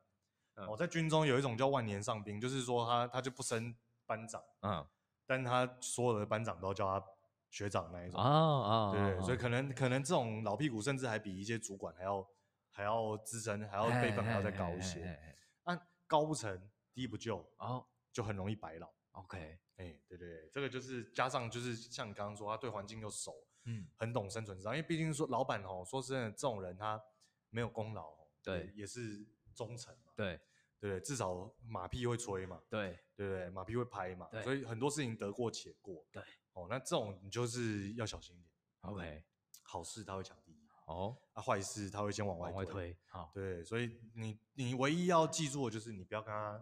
Speaker 2: 嗯
Speaker 1: 哦，在军中有一种叫万年上兵，就是说他他就不升班长，
Speaker 2: 嗯
Speaker 1: 但是他所有的班长都叫他学长那一种。
Speaker 2: 啊啊，
Speaker 1: 对
Speaker 2: 啊
Speaker 1: 对，所以
Speaker 2: 啊
Speaker 1: 可能可能这种老屁股，甚至还比一些主管还要还要资深，还要
Speaker 2: 哦
Speaker 1: 辈分还要再高一
Speaker 2: 哎哎哎哎
Speaker 1: 些。
Speaker 2: 哎哎
Speaker 1: 那高不成低不就，
Speaker 2: 哦
Speaker 1: 就很容易白老。
Speaker 2: ，OK，
Speaker 1: 哎、对对对，这个就是加上就是像你刚刚说，他对环境又熟，
Speaker 2: 嗯，
Speaker 1: 很懂生存之道。因为毕竟说老板哦，说真的，这种人他没有功劳、哦，
Speaker 2: 对
Speaker 1: 也，也是忠诚嘛，
Speaker 2: 对
Speaker 1: 对不对？至少马屁会吹嘛，
Speaker 2: 对，
Speaker 1: 对不对？马屁会拍嘛
Speaker 2: 对，
Speaker 1: 所以很多事情得过且过。
Speaker 2: 对，
Speaker 1: 哦，那这种你就是要小心一点。
Speaker 2: OK，
Speaker 1: 好事他会抢第一，
Speaker 2: 哦，
Speaker 1: 啊，坏事他会先往外
Speaker 2: 往外推，好，
Speaker 1: 对，所以你你唯一要记住的就是你不要跟他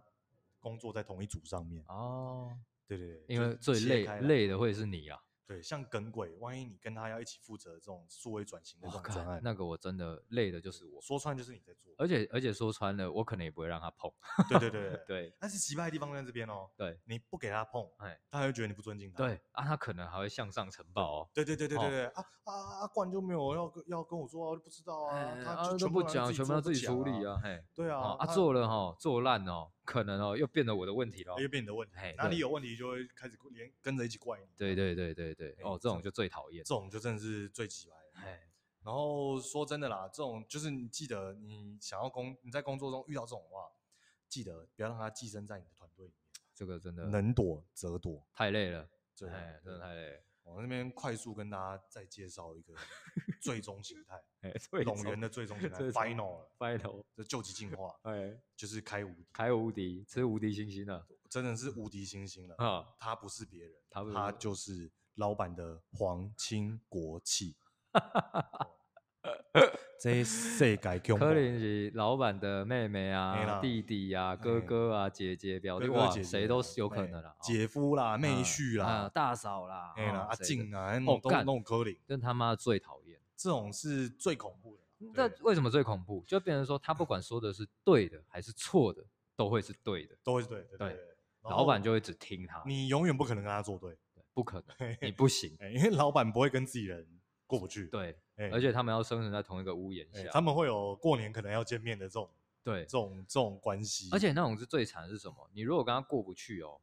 Speaker 1: 工作在同一组上面。
Speaker 2: 哦，
Speaker 1: 对对对，
Speaker 2: 因
Speaker 1: 就
Speaker 2: 为最
Speaker 1: 切
Speaker 2: 累
Speaker 1: 开来
Speaker 2: 累的会是你啊，
Speaker 1: 对，像耿鬼，万一你跟他要一起负责这种数位转型的
Speaker 2: 我
Speaker 1: 这种
Speaker 2: 靠
Speaker 1: 专案，，
Speaker 2: 那个我真的累的就是我，
Speaker 1: 说穿就是你在
Speaker 2: [laughs]
Speaker 1: 做。
Speaker 2: 而且而且说穿了，我可能也不会让他碰，
Speaker 1: 对对对 [laughs] 对。
Speaker 2: [laughs] 对
Speaker 1: 但是奇葩的地方在这边哦，
Speaker 2: 对
Speaker 1: 你不给他碰
Speaker 2: 哎，
Speaker 1: 他还会觉得你不尊敬他。
Speaker 2: 对，啊，他可能还会向上呈报哦。
Speaker 1: 对对对对
Speaker 2: 哦
Speaker 1: 对对啊啊啊！啊冠就没有要跟要跟我做啊，我就不知道啊
Speaker 2: 哎，
Speaker 1: 他就
Speaker 2: 都
Speaker 1: 全
Speaker 2: 不
Speaker 1: 部让
Speaker 2: 讲，
Speaker 1: 他
Speaker 2: 全部要自己
Speaker 1: 做
Speaker 2: 处
Speaker 1: 不讲
Speaker 2: 理。啊，嘿，
Speaker 1: 对啊
Speaker 2: 哦，啊
Speaker 1: 他
Speaker 2: 做了哈，做烂了哦，可能哦又变得我的问题了
Speaker 1: 他，又变你的问题
Speaker 2: 哎，
Speaker 1: 哪
Speaker 2: 对
Speaker 1: 里有问题就会开始连跟着一起怪你。
Speaker 2: 对对对对对，
Speaker 1: 哎
Speaker 2: 哦，这
Speaker 1: 这
Speaker 2: 种就最讨厌
Speaker 1: 这，种就真的是最奇葩的。
Speaker 2: 哎，
Speaker 1: 然后说真的啦，这种就是你记得你想要工你在工作中遇到这种话，记得不要让它寄生在你的团队里
Speaker 2: 这个真的
Speaker 1: 面，能躲则躲。
Speaker 2: 太累了，
Speaker 1: 对，
Speaker 2: 哎，真的太累了，
Speaker 1: 我那边快速跟大家再介绍
Speaker 2: [laughs]
Speaker 1: 一个最终形态，
Speaker 2: 哎，最
Speaker 1: 龙
Speaker 2: 终
Speaker 1: 源的最终形态
Speaker 2: [laughs] 最终
Speaker 1: final 了，
Speaker 2: final，
Speaker 1: 这究极进化
Speaker 2: 哎，
Speaker 1: 就是开无敌，
Speaker 2: 开无敌，吃无敌星星了
Speaker 1: 真的是无敌星星了。
Speaker 2: 啊。
Speaker 1: 他不是别人，
Speaker 2: 他不是
Speaker 1: 他就是老板的皇亲国
Speaker 2: [laughs]
Speaker 1: 戚。这世界恐怖
Speaker 2: 可能是老板的妹妹
Speaker 1: 嘿
Speaker 2: 啊、
Speaker 1: 啦
Speaker 2: 弟弟啊、哥
Speaker 1: 嘿
Speaker 2: 哥啊、姐姐、表弟，
Speaker 1: 哎哥哥
Speaker 2: 哇，
Speaker 1: 姐姐
Speaker 2: 谁都是有可
Speaker 1: 哎
Speaker 2: 能的。哦
Speaker 1: 姐夫啦、妹
Speaker 2: 嗯
Speaker 1: 婿
Speaker 2: 啊
Speaker 1: 啦、
Speaker 2: 大嫂啦，
Speaker 1: 哎啦、
Speaker 2: 哦
Speaker 1: 阿
Speaker 2: 谁的
Speaker 1: 静啊，那
Speaker 2: 哦
Speaker 1: 种都
Speaker 2: 干
Speaker 1: 那种柯林，
Speaker 2: 真他妈最讨厌。
Speaker 1: 这种是最恐怖的啦。
Speaker 2: 嗯那
Speaker 1: 对
Speaker 2: 为什么最恐怖？就变成说他不管说的是对的还是错的，都会是对的，
Speaker 1: 都会是对对
Speaker 2: 对
Speaker 1: 对对。然
Speaker 2: 老板
Speaker 1: 后
Speaker 2: 就会只听他，
Speaker 1: 哦你永远不可能跟他作对，
Speaker 2: 不可
Speaker 1: [laughs]
Speaker 2: 能，你不行。
Speaker 1: 哎，因为老板不会跟自己人过不去。
Speaker 2: 对，
Speaker 1: 哎，
Speaker 2: 而且他啊们要生存在同一个屋檐
Speaker 1: 哎
Speaker 2: 下
Speaker 1: 他，们会有过年可能要见面的这种
Speaker 2: 对
Speaker 1: 这，种这种关系。
Speaker 2: 而且那种是最惨的是什么？你如果跟他过不去哦，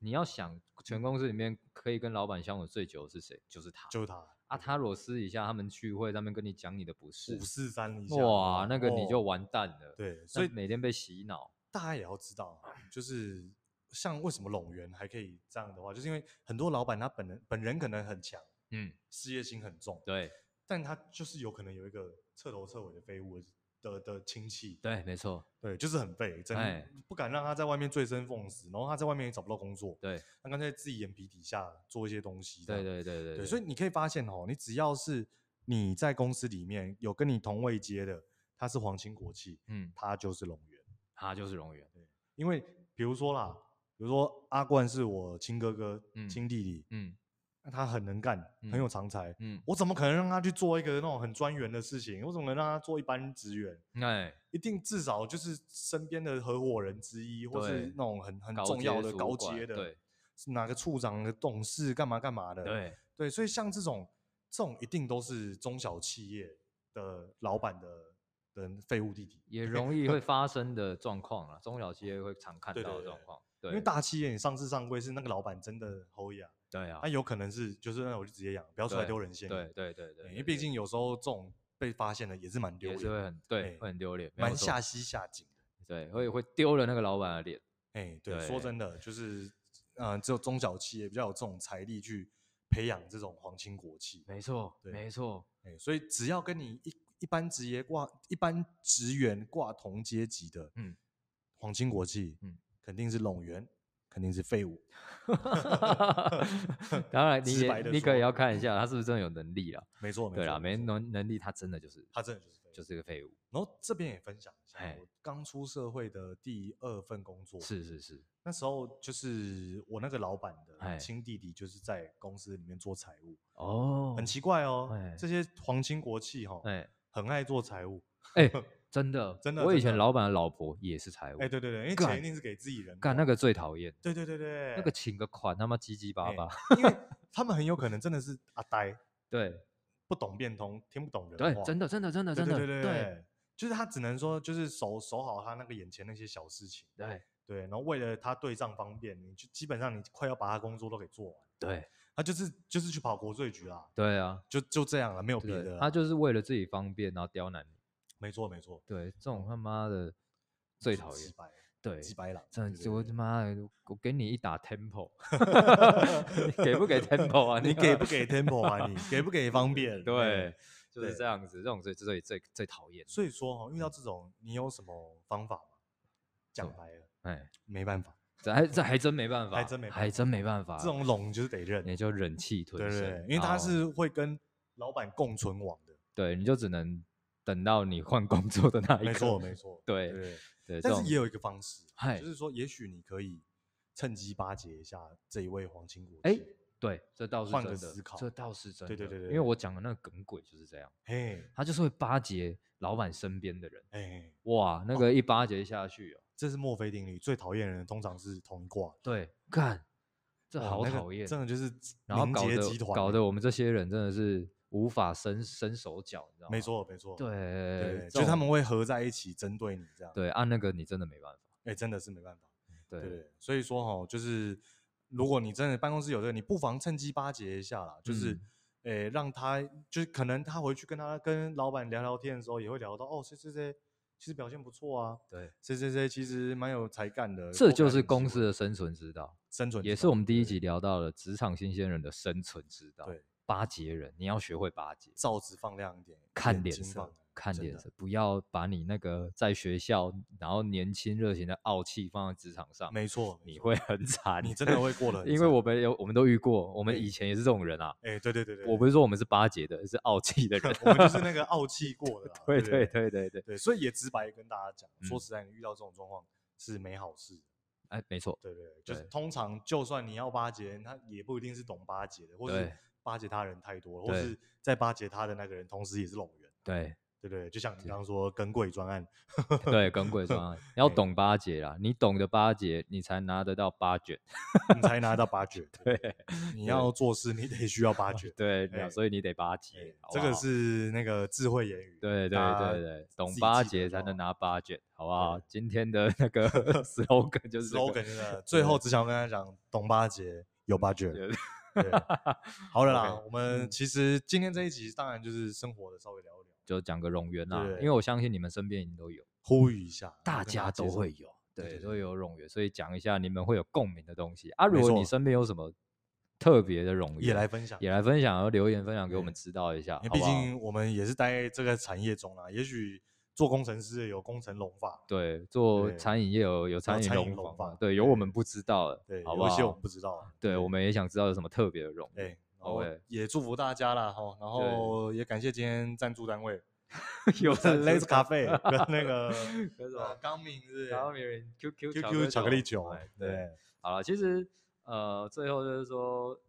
Speaker 2: 你要想全公司里面可以跟老板相处最久的是谁？就是他。
Speaker 1: 就是他
Speaker 2: 啊，他裸私底下他们聚会，他们跟你讲你的不是
Speaker 1: 五，四三一下，
Speaker 2: 哇，那个你
Speaker 1: 哦
Speaker 2: 就完蛋了。，
Speaker 1: 对，所以
Speaker 2: 每天被洗脑。
Speaker 1: 大家也要知道啊，就是像为什么拢源还可以这样的话，就是因为很多老板他本人本人可能很强，
Speaker 2: 嗯，
Speaker 1: 事业心很重，
Speaker 2: 对
Speaker 1: 但他就是有可能有一个彻头彻尾的废物的的亲戚，
Speaker 2: 对，没错，
Speaker 1: 对，就是很废，真
Speaker 2: 哎
Speaker 1: 的不敢让他在外面醉生梦死，然后他在外面也找不到工作，
Speaker 2: 对
Speaker 1: 那干脆自己眼皮底下做一些东西这
Speaker 2: 对
Speaker 1: 样，
Speaker 2: 对对对
Speaker 1: 对，所以你可以发现哦，你只要是你在公司里面有跟你同位阶的，他是皇亲国戚，
Speaker 2: 嗯，
Speaker 1: 他就是龙源。
Speaker 2: 他就是龙源，
Speaker 1: 因为比如说啦，比如说阿冠是我亲哥哥、
Speaker 3: 嗯
Speaker 1: 亲弟弟，
Speaker 3: 嗯
Speaker 1: 那他很能干，
Speaker 3: 嗯
Speaker 1: 很有长才，
Speaker 3: 嗯，
Speaker 1: 我怎么可能让他去做一个那种很专员的事情？我怎么能让他做一般职员？
Speaker 2: 哎，
Speaker 1: 一定至少就是身边的合伙人之一，或是
Speaker 2: 对
Speaker 1: 那种很很
Speaker 2: 高
Speaker 1: 重
Speaker 2: 阶
Speaker 1: 要的
Speaker 2: 主
Speaker 1: 高
Speaker 2: 管
Speaker 1: 阶的，
Speaker 2: 对，
Speaker 1: 是哪个处长、哪个董事干嘛干嘛的，
Speaker 2: 对，
Speaker 1: 对所以像这种这种一定都是中小企业的老板的的废物弟弟，
Speaker 2: 也
Speaker 1: [laughs]
Speaker 2: 容易会发生的状况啊，中小企业会常看
Speaker 1: 对对
Speaker 2: 到的
Speaker 1: 对
Speaker 2: 状况。对，
Speaker 1: 因为大企业你上市上柜是那个老板真的侯爷、啊，
Speaker 2: 对啊
Speaker 1: 他、，有可能是就是那我就直接养，不要出来
Speaker 2: 对
Speaker 1: 丢人现眼，
Speaker 2: 对对对对，
Speaker 1: 因为
Speaker 2: 对
Speaker 1: 毕
Speaker 2: 对
Speaker 1: 竟有时候这种被发现了也是蛮丢
Speaker 2: 也
Speaker 1: 脸
Speaker 2: 是会
Speaker 1: 的，
Speaker 2: 很对
Speaker 1: 哎，
Speaker 2: 会很丢脸，没有
Speaker 1: 蛮
Speaker 2: 错
Speaker 1: 下西下井的。
Speaker 2: 对，会会丢了那个老板的脸。
Speaker 1: 哎、对，说
Speaker 2: 对
Speaker 1: 真的，就是，呃，只有中小企业比较有这种财力去培养这种皇亲国戚，
Speaker 2: 没错，
Speaker 1: 对
Speaker 2: 没错，
Speaker 1: [laughs] 哎、所以只要跟你一一般职业挂一般职员挂同阶级的，嗯
Speaker 3: 嗯，
Speaker 1: 皇亲国戚，嗯
Speaker 3: 嗯，
Speaker 1: 肯定是冗员，肯定是废物，
Speaker 2: 当然你
Speaker 1: 直白
Speaker 2: 也
Speaker 1: 地
Speaker 2: 你可
Speaker 1: 说
Speaker 2: 也要看一下他是不是真的有能力了。
Speaker 1: 没错，没
Speaker 2: 对啦，
Speaker 1: 错，
Speaker 2: 没
Speaker 1: 错，
Speaker 2: 能能力，他真的就是
Speaker 1: 他真的就是废物。
Speaker 2: 就是个废物。
Speaker 1: 然后这边也分享一下
Speaker 2: 嘿
Speaker 1: 我刚出社会的第二份工作，
Speaker 2: 是是是，
Speaker 1: 那时候就是我那个老板的
Speaker 2: 嘿
Speaker 1: 亲弟弟，就是在公司里面做财务，
Speaker 2: 哦，
Speaker 1: 很奇怪哦
Speaker 2: 哎，
Speaker 1: 这些皇亲国戚哈，
Speaker 2: 哎
Speaker 1: 很爱做财务。 [laughs]
Speaker 2: 哎，真的
Speaker 1: 真的
Speaker 2: 我以
Speaker 1: 真
Speaker 2: 前
Speaker 1: 的
Speaker 2: 老板的老婆也是财务
Speaker 1: 哎、，对对对，因为
Speaker 2: 干
Speaker 1: 钱一定是给自己人。
Speaker 2: 干那，个最讨厌，
Speaker 1: 对对对对，
Speaker 2: 那个请个款他妈七七八
Speaker 1: 哎
Speaker 2: 八，
Speaker 1: [laughs] 因为他们很有可能真的是阿呆，
Speaker 2: 对
Speaker 1: 不懂变通，听不懂人
Speaker 2: 对
Speaker 1: 话，，
Speaker 2: 真的真的真的
Speaker 1: 对
Speaker 2: 真的，
Speaker 1: 对对
Speaker 2: 对
Speaker 1: 就是他只能说，就是守守好他那个眼前那些小事情，
Speaker 2: 对
Speaker 1: 对，然后为了他对账方便，你就基本上你快要把他工作都给做完，
Speaker 2: 对
Speaker 1: 他就是就是去跑国税局啦，
Speaker 2: 对啊，
Speaker 1: 就就这样了，没有别的
Speaker 2: 对，
Speaker 1: 啦，
Speaker 2: 他就是为了自己方便然后刁难你，
Speaker 1: 没错没错，
Speaker 2: 对，这种他妈的最
Speaker 1: 就
Speaker 2: 讨
Speaker 1: 几
Speaker 2: 厌，
Speaker 1: 百
Speaker 2: 对，
Speaker 1: 几百了，
Speaker 2: 真
Speaker 1: 对
Speaker 2: 的，我他
Speaker 1: 对
Speaker 2: 妈的，我给你一打 tempo，你 [laughs] 给不给 tempo 啊？
Speaker 1: 对你给不给 tempo
Speaker 2: [laughs]
Speaker 1: 啊？你给不给方便？
Speaker 2: 对
Speaker 1: 哎，
Speaker 2: 就是
Speaker 1: 对
Speaker 2: 这样子，这种最最最最讨厌。
Speaker 1: 所以说哈，遇到这种，你有什么方法吗？讲
Speaker 2: 什么
Speaker 1: 白了，
Speaker 2: 哎，
Speaker 1: 没办法，
Speaker 2: 这还这还真没办法，
Speaker 1: 还真没办
Speaker 2: 还真没办法。
Speaker 1: 这种拢就是得认，
Speaker 2: 你就忍气吞
Speaker 1: 对对
Speaker 2: 声
Speaker 1: 对，，因为
Speaker 2: 然
Speaker 1: 他
Speaker 2: 后
Speaker 1: 是会跟老板共存亡的，
Speaker 2: 对，你就只能等到你换工作的那一刻。
Speaker 1: 没错没错，
Speaker 2: 对
Speaker 1: 对对。
Speaker 2: 对，这
Speaker 1: 但
Speaker 2: 种哎
Speaker 1: 是也有一个方式啊，
Speaker 2: 嗨
Speaker 1: 就是说，也许你可以趁机巴结一下这一位皇亲国戚，
Speaker 2: 哎对，这倒是
Speaker 1: 换
Speaker 2: 真
Speaker 1: 个
Speaker 2: 的，
Speaker 1: 思考
Speaker 2: 这倒是真
Speaker 1: 对
Speaker 2: 的。
Speaker 1: 对对对
Speaker 2: 因
Speaker 1: 对
Speaker 2: 为我讲的那个梗鬼就是这样，
Speaker 1: 嘿，
Speaker 2: 他就是会巴结老板身边的人。
Speaker 1: 哎，
Speaker 2: 哇，那个一巴结下去哦，
Speaker 1: 这是墨菲定律，最讨厌的人通常是同一卦，
Speaker 2: 对，干，这
Speaker 1: 哇
Speaker 2: 好
Speaker 1: 那个
Speaker 2: 讨厌。
Speaker 1: 真的就是
Speaker 2: 然后
Speaker 1: 凝
Speaker 2: 搞
Speaker 1: 结
Speaker 2: 得
Speaker 1: 集团
Speaker 2: 搞
Speaker 1: 欸
Speaker 2: 得我们这些人真的是无法伸伸手脚，你知道吗？
Speaker 1: 没，错没错，
Speaker 2: 对，
Speaker 1: 对，
Speaker 2: 这
Speaker 1: 就是他
Speaker 2: 种
Speaker 1: 们会合在一起针对你这样，
Speaker 2: 对啊按那个你真的没办法，
Speaker 1: 哎，真的是没办法。
Speaker 2: 对
Speaker 1: 对，所以说哈，就是如果你真的办公室有这个，你不妨趁机巴结一下啦，就是，
Speaker 2: 嗯
Speaker 1: 诶、让他就是可能他回去跟他跟老板聊聊天的时候，也会聊到哦，谁谁谁其实表现不错啊，
Speaker 2: 对
Speaker 1: 谁谁谁其实蛮有才干的，
Speaker 2: 这
Speaker 1: 过
Speaker 2: 就
Speaker 1: 来
Speaker 2: 是
Speaker 1: 很
Speaker 2: 公
Speaker 1: 喜
Speaker 2: 司
Speaker 1: 欢
Speaker 2: 的生存之道，
Speaker 1: 生存之道，
Speaker 2: 也是我们第一
Speaker 1: 对
Speaker 2: 集聊到的职场新鲜人的生存之道。
Speaker 1: 对，
Speaker 2: 巴结人，你要学会巴结，
Speaker 1: 罩子放亮一点，
Speaker 2: 看
Speaker 1: 眼
Speaker 2: 脸
Speaker 1: 睛放
Speaker 2: 色
Speaker 1: 亮，
Speaker 2: 看
Speaker 1: 真
Speaker 2: 脸
Speaker 1: 的
Speaker 2: 色，不要把你那个在学校然后年轻热情的傲气放在职场上，
Speaker 1: 没错，没
Speaker 2: 你
Speaker 1: 错
Speaker 2: 会很惨，
Speaker 1: 你真的会过得很
Speaker 2: 因为我
Speaker 1: 惨
Speaker 2: 们有我们都遇过，我
Speaker 1: 哎
Speaker 2: 们以前也是这种人啊。
Speaker 1: 哎、对对对对，
Speaker 2: 我不是说我们是巴结的，是傲
Speaker 1: [laughs]。
Speaker 2: 气的人
Speaker 1: 我们就是那个傲气过的啦，
Speaker 2: [laughs] 对
Speaker 1: 不
Speaker 2: 对对对对，
Speaker 1: 对，所以也直白地跟大家讲，说
Speaker 2: 嗯
Speaker 1: 实在，你遇到这种状况是没好事。
Speaker 2: 哎，没错，
Speaker 1: 对对，对就是
Speaker 2: 对
Speaker 1: 通常就算你要巴结人，他也不一定是懂巴结的，或是
Speaker 2: 对
Speaker 1: 巴结他人太多了，或
Speaker 2: 对
Speaker 1: 是在巴结他的那个人同时也是拢人， [laughs]
Speaker 2: 对
Speaker 1: 对不对？就像你刚刚说跟贵专
Speaker 2: [laughs]
Speaker 1: 案，
Speaker 2: 对，跟鬼
Speaker 1: [laughs]
Speaker 2: 装啊，你要懂巴结啦，你懂得巴结，你才拿得到八卷。
Speaker 1: 你才拿到八
Speaker 2: [laughs]
Speaker 1: 卷。
Speaker 2: 对。
Speaker 1: 你要做事，你得需要八卷
Speaker 2: [laughs] 对，
Speaker 1: 哎
Speaker 2: 你所以你得巴
Speaker 1: 哎
Speaker 2: 结，好
Speaker 1: 这
Speaker 2: 不
Speaker 1: 个
Speaker 2: 好
Speaker 1: 是那个智慧言语。
Speaker 2: 对对
Speaker 1: 大家
Speaker 2: 对对，
Speaker 1: 自
Speaker 2: 懂
Speaker 1: 己
Speaker 2: 巴
Speaker 1: 记得
Speaker 2: 结才
Speaker 1: 就
Speaker 2: 能
Speaker 1: 好
Speaker 2: 拿八卷，好不好
Speaker 1: 对？
Speaker 2: 今天的那
Speaker 1: [laughs]
Speaker 2: 个 [laughs] slogan 就是这个
Speaker 1: slogan 真的。最后只想跟大家讲，懂巴结有八卷。
Speaker 2: 对 [laughs]
Speaker 1: 对，好了啦
Speaker 2: OK，嗯
Speaker 1: 我们其实今天这一集当然就是生活的稍微聊一聊，
Speaker 2: 就讲个冗员啦啊
Speaker 1: 对，
Speaker 2: 因为我相信你们身边已经都有，
Speaker 1: 呼吁一下，
Speaker 2: 大
Speaker 1: 跟
Speaker 2: 家
Speaker 1: 介
Speaker 2: 都
Speaker 1: 绍
Speaker 2: 会有，
Speaker 1: 对对
Speaker 2: 对，
Speaker 1: 对
Speaker 2: 都有冗员，所以讲一下你们会有共鸣的东西啊。如
Speaker 1: 没
Speaker 2: 果
Speaker 1: 错
Speaker 2: 你身边有什么特别的冗员，
Speaker 1: 也来分享，
Speaker 2: 也来分享，然后留言分享给我们
Speaker 1: 对
Speaker 2: 知道一下，
Speaker 1: 因为
Speaker 2: 好
Speaker 1: 毕
Speaker 2: 不好
Speaker 1: 竟我们也是待这个产业中啦，也许做工程师的有工程龙法，
Speaker 2: 对做
Speaker 1: 对
Speaker 2: 餐饮业有有餐饮
Speaker 1: 餐饮
Speaker 2: 龙
Speaker 1: 龙
Speaker 2: 房
Speaker 1: 房
Speaker 2: 嘛，对，有
Speaker 1: 对
Speaker 2: 我们不知道的，
Speaker 1: 对，
Speaker 2: 好不
Speaker 1: 有一些我
Speaker 2: 好
Speaker 1: 们？不知道，啊
Speaker 2: 对，我们也想知道有什么特别的容
Speaker 1: 哎，
Speaker 2: 易，
Speaker 1: 然后
Speaker 2: OK
Speaker 1: 也祝福大家啦哈，吼然后也感谢今天赞助单
Speaker 2: [laughs]
Speaker 1: 位 [laughs]
Speaker 2: 有
Speaker 1: Lazy 咖啡
Speaker 2: [laughs]
Speaker 1: 跟那个
Speaker 2: 跟什
Speaker 1: 呃
Speaker 2: 么
Speaker 1: 刚明是
Speaker 2: 然后有人 QQ
Speaker 1: QQ 巧克力酒
Speaker 2: 哎，
Speaker 1: 对，
Speaker 2: 好了，其实呃，最后就是说，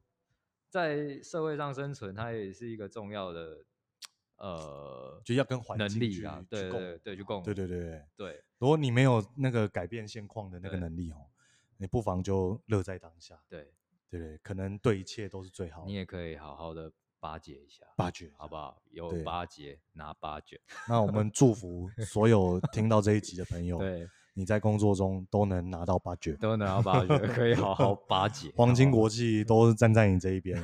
Speaker 2: 在社会上生存，它也是一个重要的呃
Speaker 1: 就要跟环
Speaker 2: 能
Speaker 1: 境
Speaker 2: 力
Speaker 1: 去
Speaker 2: 啊，
Speaker 1: 去
Speaker 2: 对
Speaker 1: 共
Speaker 2: 对对，去共
Speaker 1: 对对对对，
Speaker 2: 对
Speaker 1: 如果你没有那个改变现况的那个
Speaker 2: 对
Speaker 1: 能力哦，你不妨就乐在当下，
Speaker 2: 对，
Speaker 1: 对不对？可能对一切都是最好
Speaker 2: 你
Speaker 1: 的
Speaker 2: 也可以好好的巴结一下，
Speaker 1: 八绝，
Speaker 2: 好不好？有
Speaker 1: 对
Speaker 2: 巴结拿八卷，
Speaker 1: 那我们祝福所有听到这一集的朋友，
Speaker 2: 对，
Speaker 1: 你在工作中都能拿到八绝，
Speaker 2: 都能拿嗯八
Speaker 1: [laughs]
Speaker 2: 卷，可以好好巴结。
Speaker 1: 黄金
Speaker 2: 好不好
Speaker 1: 国际都是站在你这一
Speaker 2: [laughs]
Speaker 1: 边，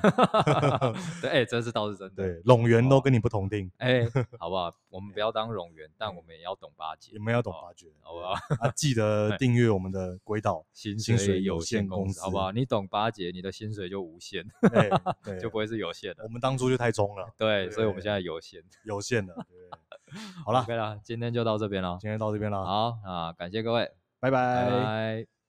Speaker 2: 对，哎、这是倒是真的。
Speaker 1: 对，拢源
Speaker 2: 哦
Speaker 1: 都跟你不同定，
Speaker 2: 哎、好不好？我们
Speaker 1: [laughs]
Speaker 2: 不要当冗员，但我们也要懂巴结
Speaker 1: 你，们要懂
Speaker 2: 哦
Speaker 1: 八绝
Speaker 2: 好不好？
Speaker 1: 啊！记得订阅我们的轨道，
Speaker 2: 薪
Speaker 1: 薪水有
Speaker 2: 有
Speaker 1: 限公
Speaker 2: 公
Speaker 1: 司
Speaker 2: 好不好？你懂巴结，你的薪水就无限， [laughs]
Speaker 1: 对对，
Speaker 2: 就不会是有限的
Speaker 1: 我。们当初就太中了，
Speaker 2: 对，所以我
Speaker 1: 对
Speaker 2: 们现在有限。
Speaker 1: 有限了，对好啦
Speaker 2: [laughs] OK 啦，今天就到这边了。 [laughs]
Speaker 1: 今天到这边啦，
Speaker 2: 好啊，感谢各位，
Speaker 1: 拜
Speaker 2: 拜拜。